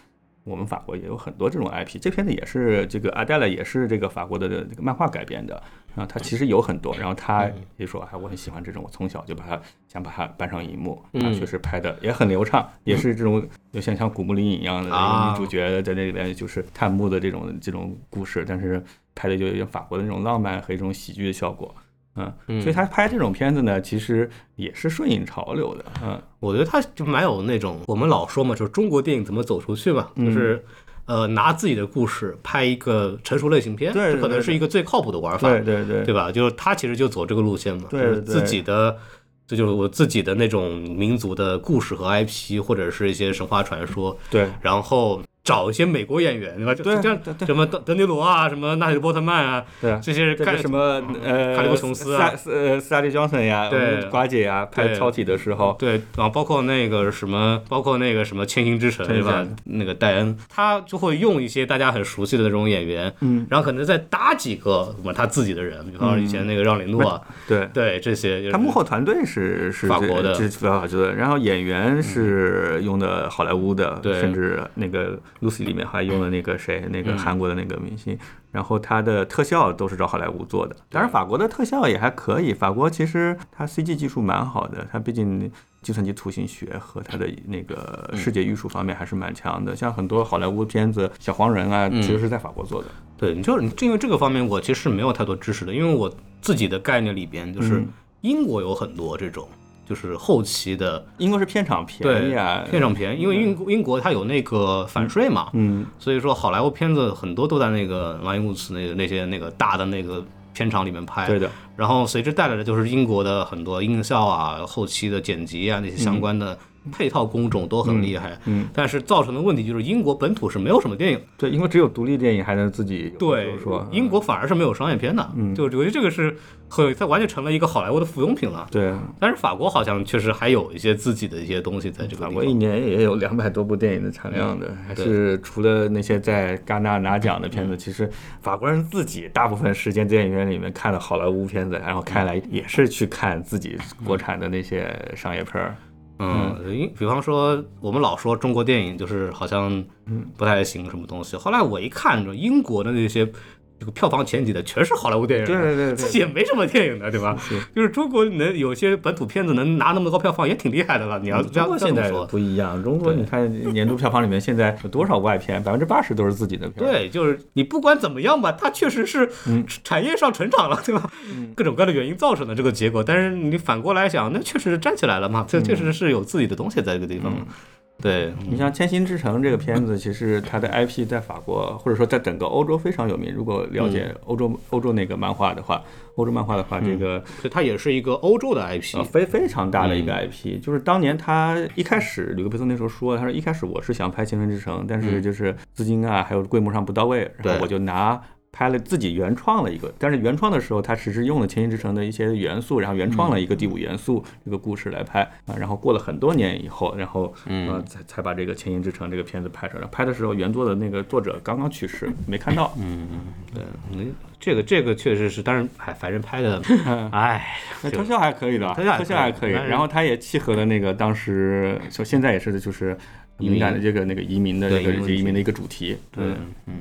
C: 我们法国也有很多这种 IP，这片子也是这个阿黛莱也是这个法国的这个漫画改编的，然后它其实有很多，然后
A: 嗯
C: 他也说哎我很喜欢这种，我从小就把它想把它搬上荧幕，他
A: 嗯
C: 确实拍的也很流畅，也是这种有像像古墓丽影一样的
A: 啊
C: 女主角在那里边就是探墓的这种这种故事，但是拍的就有点法国的那种浪漫和一种喜剧的效果，嗯，所以他拍这种片子呢，其实也是顺应潮流的， 嗯，
A: 我觉得他就蛮有那种，我们老说嘛，就是中国电影怎么走出去
C: 嗯
A: 嘛，就是。呃，拿自己的故事拍一个成熟类型片，
C: 对对
A: 这可能
C: 对
A: 是一个最靠谱的玩法，
C: 对对对
A: 对吧？就是他其实就走这个路线嘛，
C: 对
A: 就是
C: 对
A: 自己的，这就是我自己的那种民族的故事和 IP，或者是一些神话传说，
C: 对。
A: 然后找一些美国演员，对吧？就
C: 对
A: 就像什么德德尼罗啊，什么纳里波特曼啊，
C: 对
A: 这些人
C: 这个
A: 干
C: 什么呃，
A: 嗯卡利波琼斯啊
C: 萨呃斯嘉丽·约翰逊呀，
A: 对
C: 我们瓜姐呀，拍
A: 对
C: 超体的时候，
A: 对，然后包括那个什么，包括那个什么《千星之城》对吧
C: 千星？
A: 那个戴恩，他就会用一些大家很熟悉的那种演员，嗯，然后可能再搭几个什么他自己的人，比方说以前那个让里诺啊，
C: 对，
A: 对这些就是，
C: 他幕后团队是是
A: 法国的嗯
C: 这是法国的，然后演员是用的好莱坞的，
A: 对嗯
C: 甚至那个 Lucy 里面还用了那个谁，那个韩国的那个明星，然后他的特效都是找好莱坞做的，当然法国的特效也还可以，法国其实它 CG 技术蛮好的，它毕竟。计算机图形学和它的那
A: 嗯
C: 个视觉艺术方面还是蛮强的，像很多好莱坞片子《小黄人》啊，
A: 嗯
C: 其实是在法国做的。
A: 对，你就是你因为这个方面，我其实没有太多知识的，因为我自己的概念里边，就是英国有很多这种，就是后期的
C: 英国是片场便
A: 对
C: 宜啊，
A: 片场便宜，因为英英国它有那个反税嘛，
C: 嗯，
A: 所以说好莱坞片子很多都在那个马因乌斯那个那些那个大的那个片场里面拍，
C: 对的，
A: 然后随之带来的就是英国的很多音效啊、后期的剪辑啊那些相关的配套工种都很厉害。
C: 嗯嗯嗯
A: 但是造成的问题就是英国本土是没有什么电影，
C: 对，英国只有独立电影还能自己有
A: 对
C: 就是说，
A: 英国反而是没有商业片的。
C: 嗯
A: 就我觉得这个是很，它完全成了一个好莱坞的附庸品了。
C: 对，
A: 但是法国好像确实还有一些自己的一些东西在这个
C: 法
A: 地
C: 国一
A: 方。
C: 年也有两百多部电影的产量的，还
A: 嗯对嗯
C: 是除了那些在戛纳拿奖的片子，其实法国人自己大部分时间电影院里面看的好莱坞片子，然后
A: 嗯
C: 看来也是去看自己国产的那些商业片儿。
A: 嗯，因比方说我们老说中国电影就是好像不太行什么东西，后来我一看，就英国的那些这个票房前几的全是好莱坞电影。
C: 对
A: 自己也没什么电影的，对吧？就是中国能有些本土片子能拿那么高票房，也挺厉害的了。你要这
C: 中
A: 样
C: 国
A: 这
C: 现
A: 么
C: 在
A: 说，
C: 不一样，中国你看年度票房里面现在有多少外片，百分之八十都是自己的片。，
A: 对，就是你不管怎么样吧，它确实是产业上成长了，对吧？各种各样的原因造成的这个结果，但是你反过来想，那确实是站起来了嘛，这确实是有自己的东西在这个地方。对，
C: 你像《千星之城》这个片子，其实它的 IP 在法国或者说在整个欧洲非常有名。如果了解欧洲、欧洲那个漫画的话，欧洲漫画的话，这个、
A: 所以它也是一个欧洲的 IP
C: 呃。非非常大的一个 IP，、就是当年他一开始吕克贝松那时候说，他说一开始我是想拍《青春之城》，但是就是资金啊还有规模上不到位，然
A: 对
C: 后我就拿。拍了自己原创了一个，但是原创的时候，他只是用了《千星之城》的一些元素，然后原创了一个第五元素这个故事来拍啊。然后过了很多年以后，然后呃才才把这个《千星之城》这个片子拍出来。拍的时候，原作的那个作者刚刚去世，没看到。
A: 嗯，这个这个确实是，但是哎，反正拍 的，哎，
C: 那
A: 就
C: 特效还可以的，
A: 特效还
C: 特效还
A: 可
C: 可
A: 以
C: 以。
A: 但是
C: 然后它也契合了那个当时，就现在也是就是敏感的这个那个移民的
A: 对
C: 这个
A: 移民问题
C: 移民的一个主题。嗯对，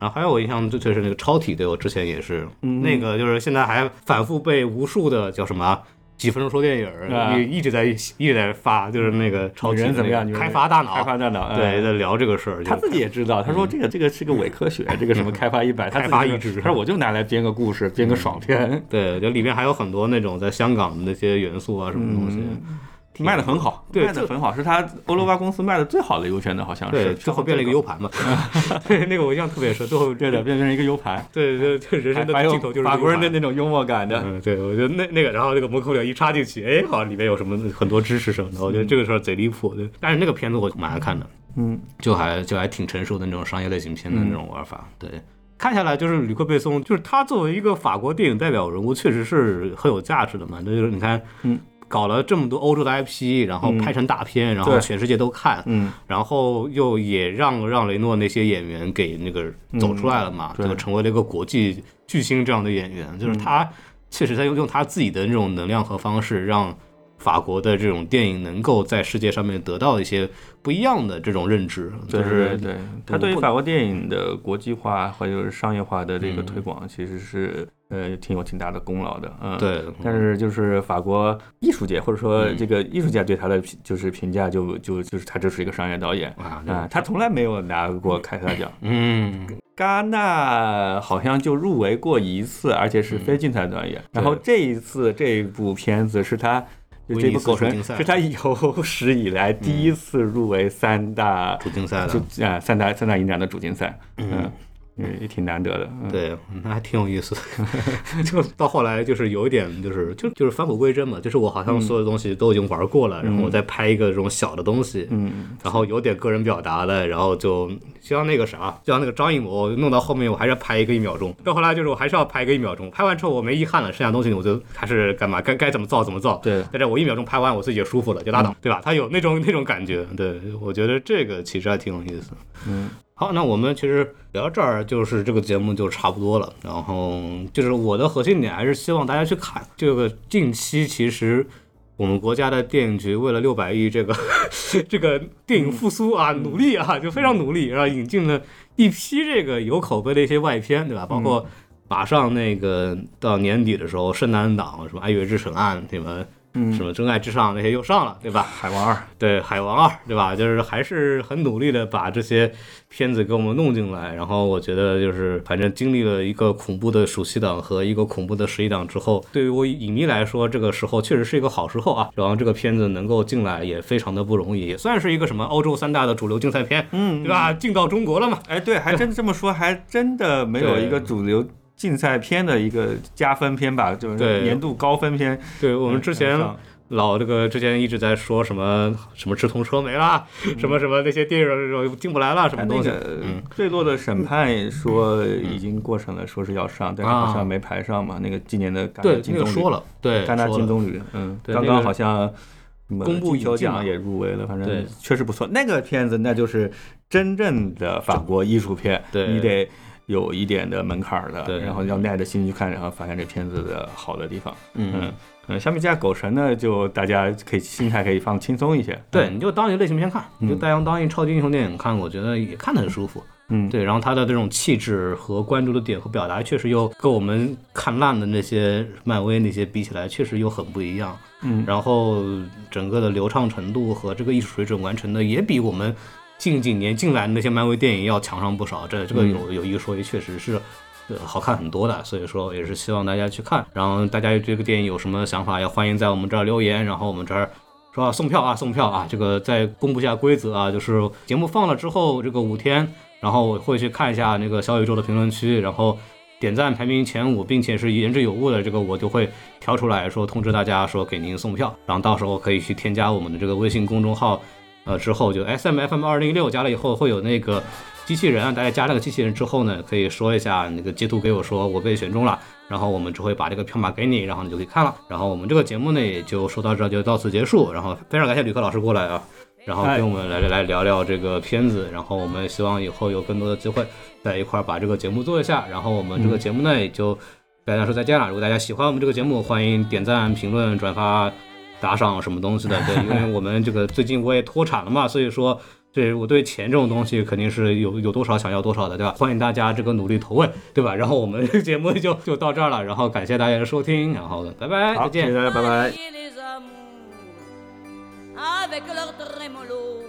A: 然后还有我印象最确是那个超体，对我之前也是、
C: 嗯
A: 那个，就是现在还反复被无数的叫什么啊几分钟说电影儿，
C: 啊
A: 一一直在一直在发，就是那个超
C: 女
A: 体
C: 人怎么样
A: 那
C: 女
A: 个
C: 人
A: 开发大脑，
C: 开发大脑
A: 对，
C: 嗯
A: 在聊这个事儿，
C: 他
A: 就
C: 自己也知道，他说这个这个是个伪科学，这个什 么开发一百，他
A: 开发
C: 自己
A: 一
C: 就
A: 致
C: 他说我就拿来编个故事，编个爽片，
A: 对，就里面还有很多那种在香港的那些元素啊，什么东西。
C: 嗯卖的很好，
A: 嗯对
C: 卖的
A: 这
C: 很好，是他欧罗巴公司卖的最好的优选的，好像
A: 对，
C: 啊是。
A: 最后变了一个 U 盘嘛， 对，那个我印象特别深，最后
C: 对的，变成一个 U 盘，
A: 对对对，人生的
C: 还有
A: 尽头就是
C: 法国人
A: U
C: 的
A: 盘
C: 那种幽默感的，
A: 嗯，对，我觉得那那个，然后那个门口里一插进去，哎，好像里面有什么很多知识什么的，我觉得这个事儿贼离谱。对，但是那个片子我蛮爱看的，
C: 嗯，
A: 就还就还挺成熟的那种商业类型片的那种玩法。对，看下来就是吕克贝松，就是他作为一个法国电影代表人物，确实是很有价值的嘛。那就是你看，
C: 嗯。
A: 搞了这么多欧洲的 IP，然后拍成大片，然后
C: 对
A: 全世界都看，
C: 嗯，
A: 然后又也让让雷诺那些演员给那个走出来了嘛，
C: 嗯对嗯
A: 就成为了一个国际巨星这样的演员，就是他确实在用用他自己的那种能量和方式，让法国的这种电影能够在世界上面得到一些不一样的这种认知，就
C: 对对
A: 是
C: 对，它对于法国电影的国际化还有商业化的这
A: 嗯
C: 个推广，其实是、呃挺有挺大的功劳的。嗯，。
A: 对，嗯
C: 但是就是法国艺术界或者说这个艺术家对他的评就是评价就就就是他就是一个商业导演
A: 啊
C: 啊，他从来没有拿过凯撒奖。
A: 嗯，
C: 戛纳好像就入围过一次，而且
A: 嗯
C: 是非竞赛导演。然后这一次这部片子是他。就
A: 威
C: 这部
A: 尼斯主
C: 狗神
A: 竞赛嗯
C: 是他 有史以来第一次入围三大
A: 主竞赛的，
C: 就啊，三大三大影展的主竞赛，嗯，也也挺难得的。嗯，
A: 对，那还挺有意思的。 就到后来就是有一点，就是就就是返璞归真嘛，就是我好
C: 嗯
A: 像所有东西都已经玩过了，然后我再拍一个这种小的东西，
C: 嗯，
A: 然后有点个人表达的，然后就就像那个啥，就像那个张艺谋，弄到后面我还是要拍一个一秒钟，到后来就是我还是要拍一个一秒钟，拍完之后我没遗憾了，剩下东西我就还是干嘛该该怎么造怎么造，
C: 对
A: 但是我一秒钟拍完我自己也舒服了，就拉倒，对吧？他有那种那种感觉，对我觉得这个其实还挺有意思。
C: 嗯，
A: 好，那我们其实聊到这儿，就是这个节目就差不多了。然后就是我的核心点还是希望大家去看这个近期其实。我们国家的电影局为了六百亿这个 这个电影复苏啊，努力啊，就非常努力，然后引进了一批这个有口碑的一些外片，对吧？包括马上那个到年底的时候，圣诞档什么《爱乐之城案》什么。
C: 嗯
A: 什么《真爱至上》那些又上了，对 吧？
C: 海王二，
A: 对《海王二》，对吧？就是还是很努力的把这些片子给我们弄进来。然后我觉得就是，反正经历了一个恐怖的暑期档和一个恐怖的十一档之后，对于我影迷来说，这个时候确实是一个好时候啊。然后这个片子能够进来也非常的不容易，也算是一个什么欧洲三大的主流竞赛片，
C: 嗯
A: 对？吧？进到中国了嘛，
C: 哎，对，还真这么说，还真的没有
A: 对
C: 一个主流竞赛片的一个加分片吧，就是
A: 对
C: 年度高分片。
A: 对我们之前
C: 嗯
A: 老这个之前一直在说什么什么直通车没啦，什么什么那些电影进不来了，什
C: 他
A: 么
C: 嗯
A: 东
C: 哎那
A: 西。
C: 个《坠落的审判》说
A: 嗯
C: 已经过审了，说是要上，但是好像没排上嘛。那个今年的戛纳
A: 啊对，
C: 金
A: 那
C: 棕
A: 个
C: 榈
A: 说了，对，
C: 戛纳
A: 说
C: 金
A: 了
C: 棕榈，嗯，
A: 对
C: 刚
A: 那
C: 刚
A: 个
C: 好像什么
A: 公布
C: 金球
A: 引进
C: 奖
A: 嘛
C: 也入围了，反
A: 对
C: 正确实不错。那个片子那就是真正的法国艺术片，
A: 对
C: 你得有一点的门槛儿的，
A: 对
C: 然后要耐着心去看，然后发现这片子的好的地方。
A: 嗯
C: 嗯。嗯，相比之下，狗神呢，就大家可以心态可以放轻松一些。
A: 对，你就当一类型片看，你就
C: 嗯
A: 当当一超级英雄电影看，我觉得也看得很舒服。
C: 嗯，
A: 对，然后他的这种气质和关注的点和表达，确实又跟我们看烂的那些漫威那些比起来，确实又很不一样。
C: 嗯，
A: 然后整个的流畅程度和这个艺术水准完成的，也比我们近几年进来的那些漫威电影要强上不少。这这个
C: 嗯
A: 有有一说一，确实是。呃，好看很多的，所以说也是希望大家去看。然后大家对这个电影有什么想法，也欢迎在我们这儿留言。然后我们这儿说啊，送票啊，送票啊！这个再公布一下规则啊，就是节目放了之后，这个五天，然后我会去看一下那个小宇宙的评论区，然后点赞排名前五，并且是言之有物的，这个我就会挑出来说通知大家说给您送票，然后到时候可以去添加我们的这个微信公众号，呃，之后就 S M F M 二零一六加了以后会有那个机器人，啊，大家加那个机器人之后呢，可以说一下那个截图给我说我被选中了，然后我们就会把这个票码给你，然后你就可以看了。然后我们这个节目呢也就说到这儿就到此结束，然后非常感谢吕克老师过来啊。然后跟我们来来聊聊这个片子，然后我们希望以后有更多的机会在一块儿把这个节目做一下。然后我们这个节目呢也就跟大家说再见了。如果大家喜欢我们这个节目，欢迎点赞、评论、转发、打赏什么东西的。对，因为我们这个最近我也脱产了嘛，所以说对我对钱这种东西肯定是有有多少想要多少的，对吧？欢迎大家这个努力投喂，对吧？然后我们这个节目就就到这儿了，然后感谢大家的收听，然后拜拜，
C: 嗯好，
A: 再见
C: 谢谢。大家，拜拜。
B: Marier les amours avec leur trémolo.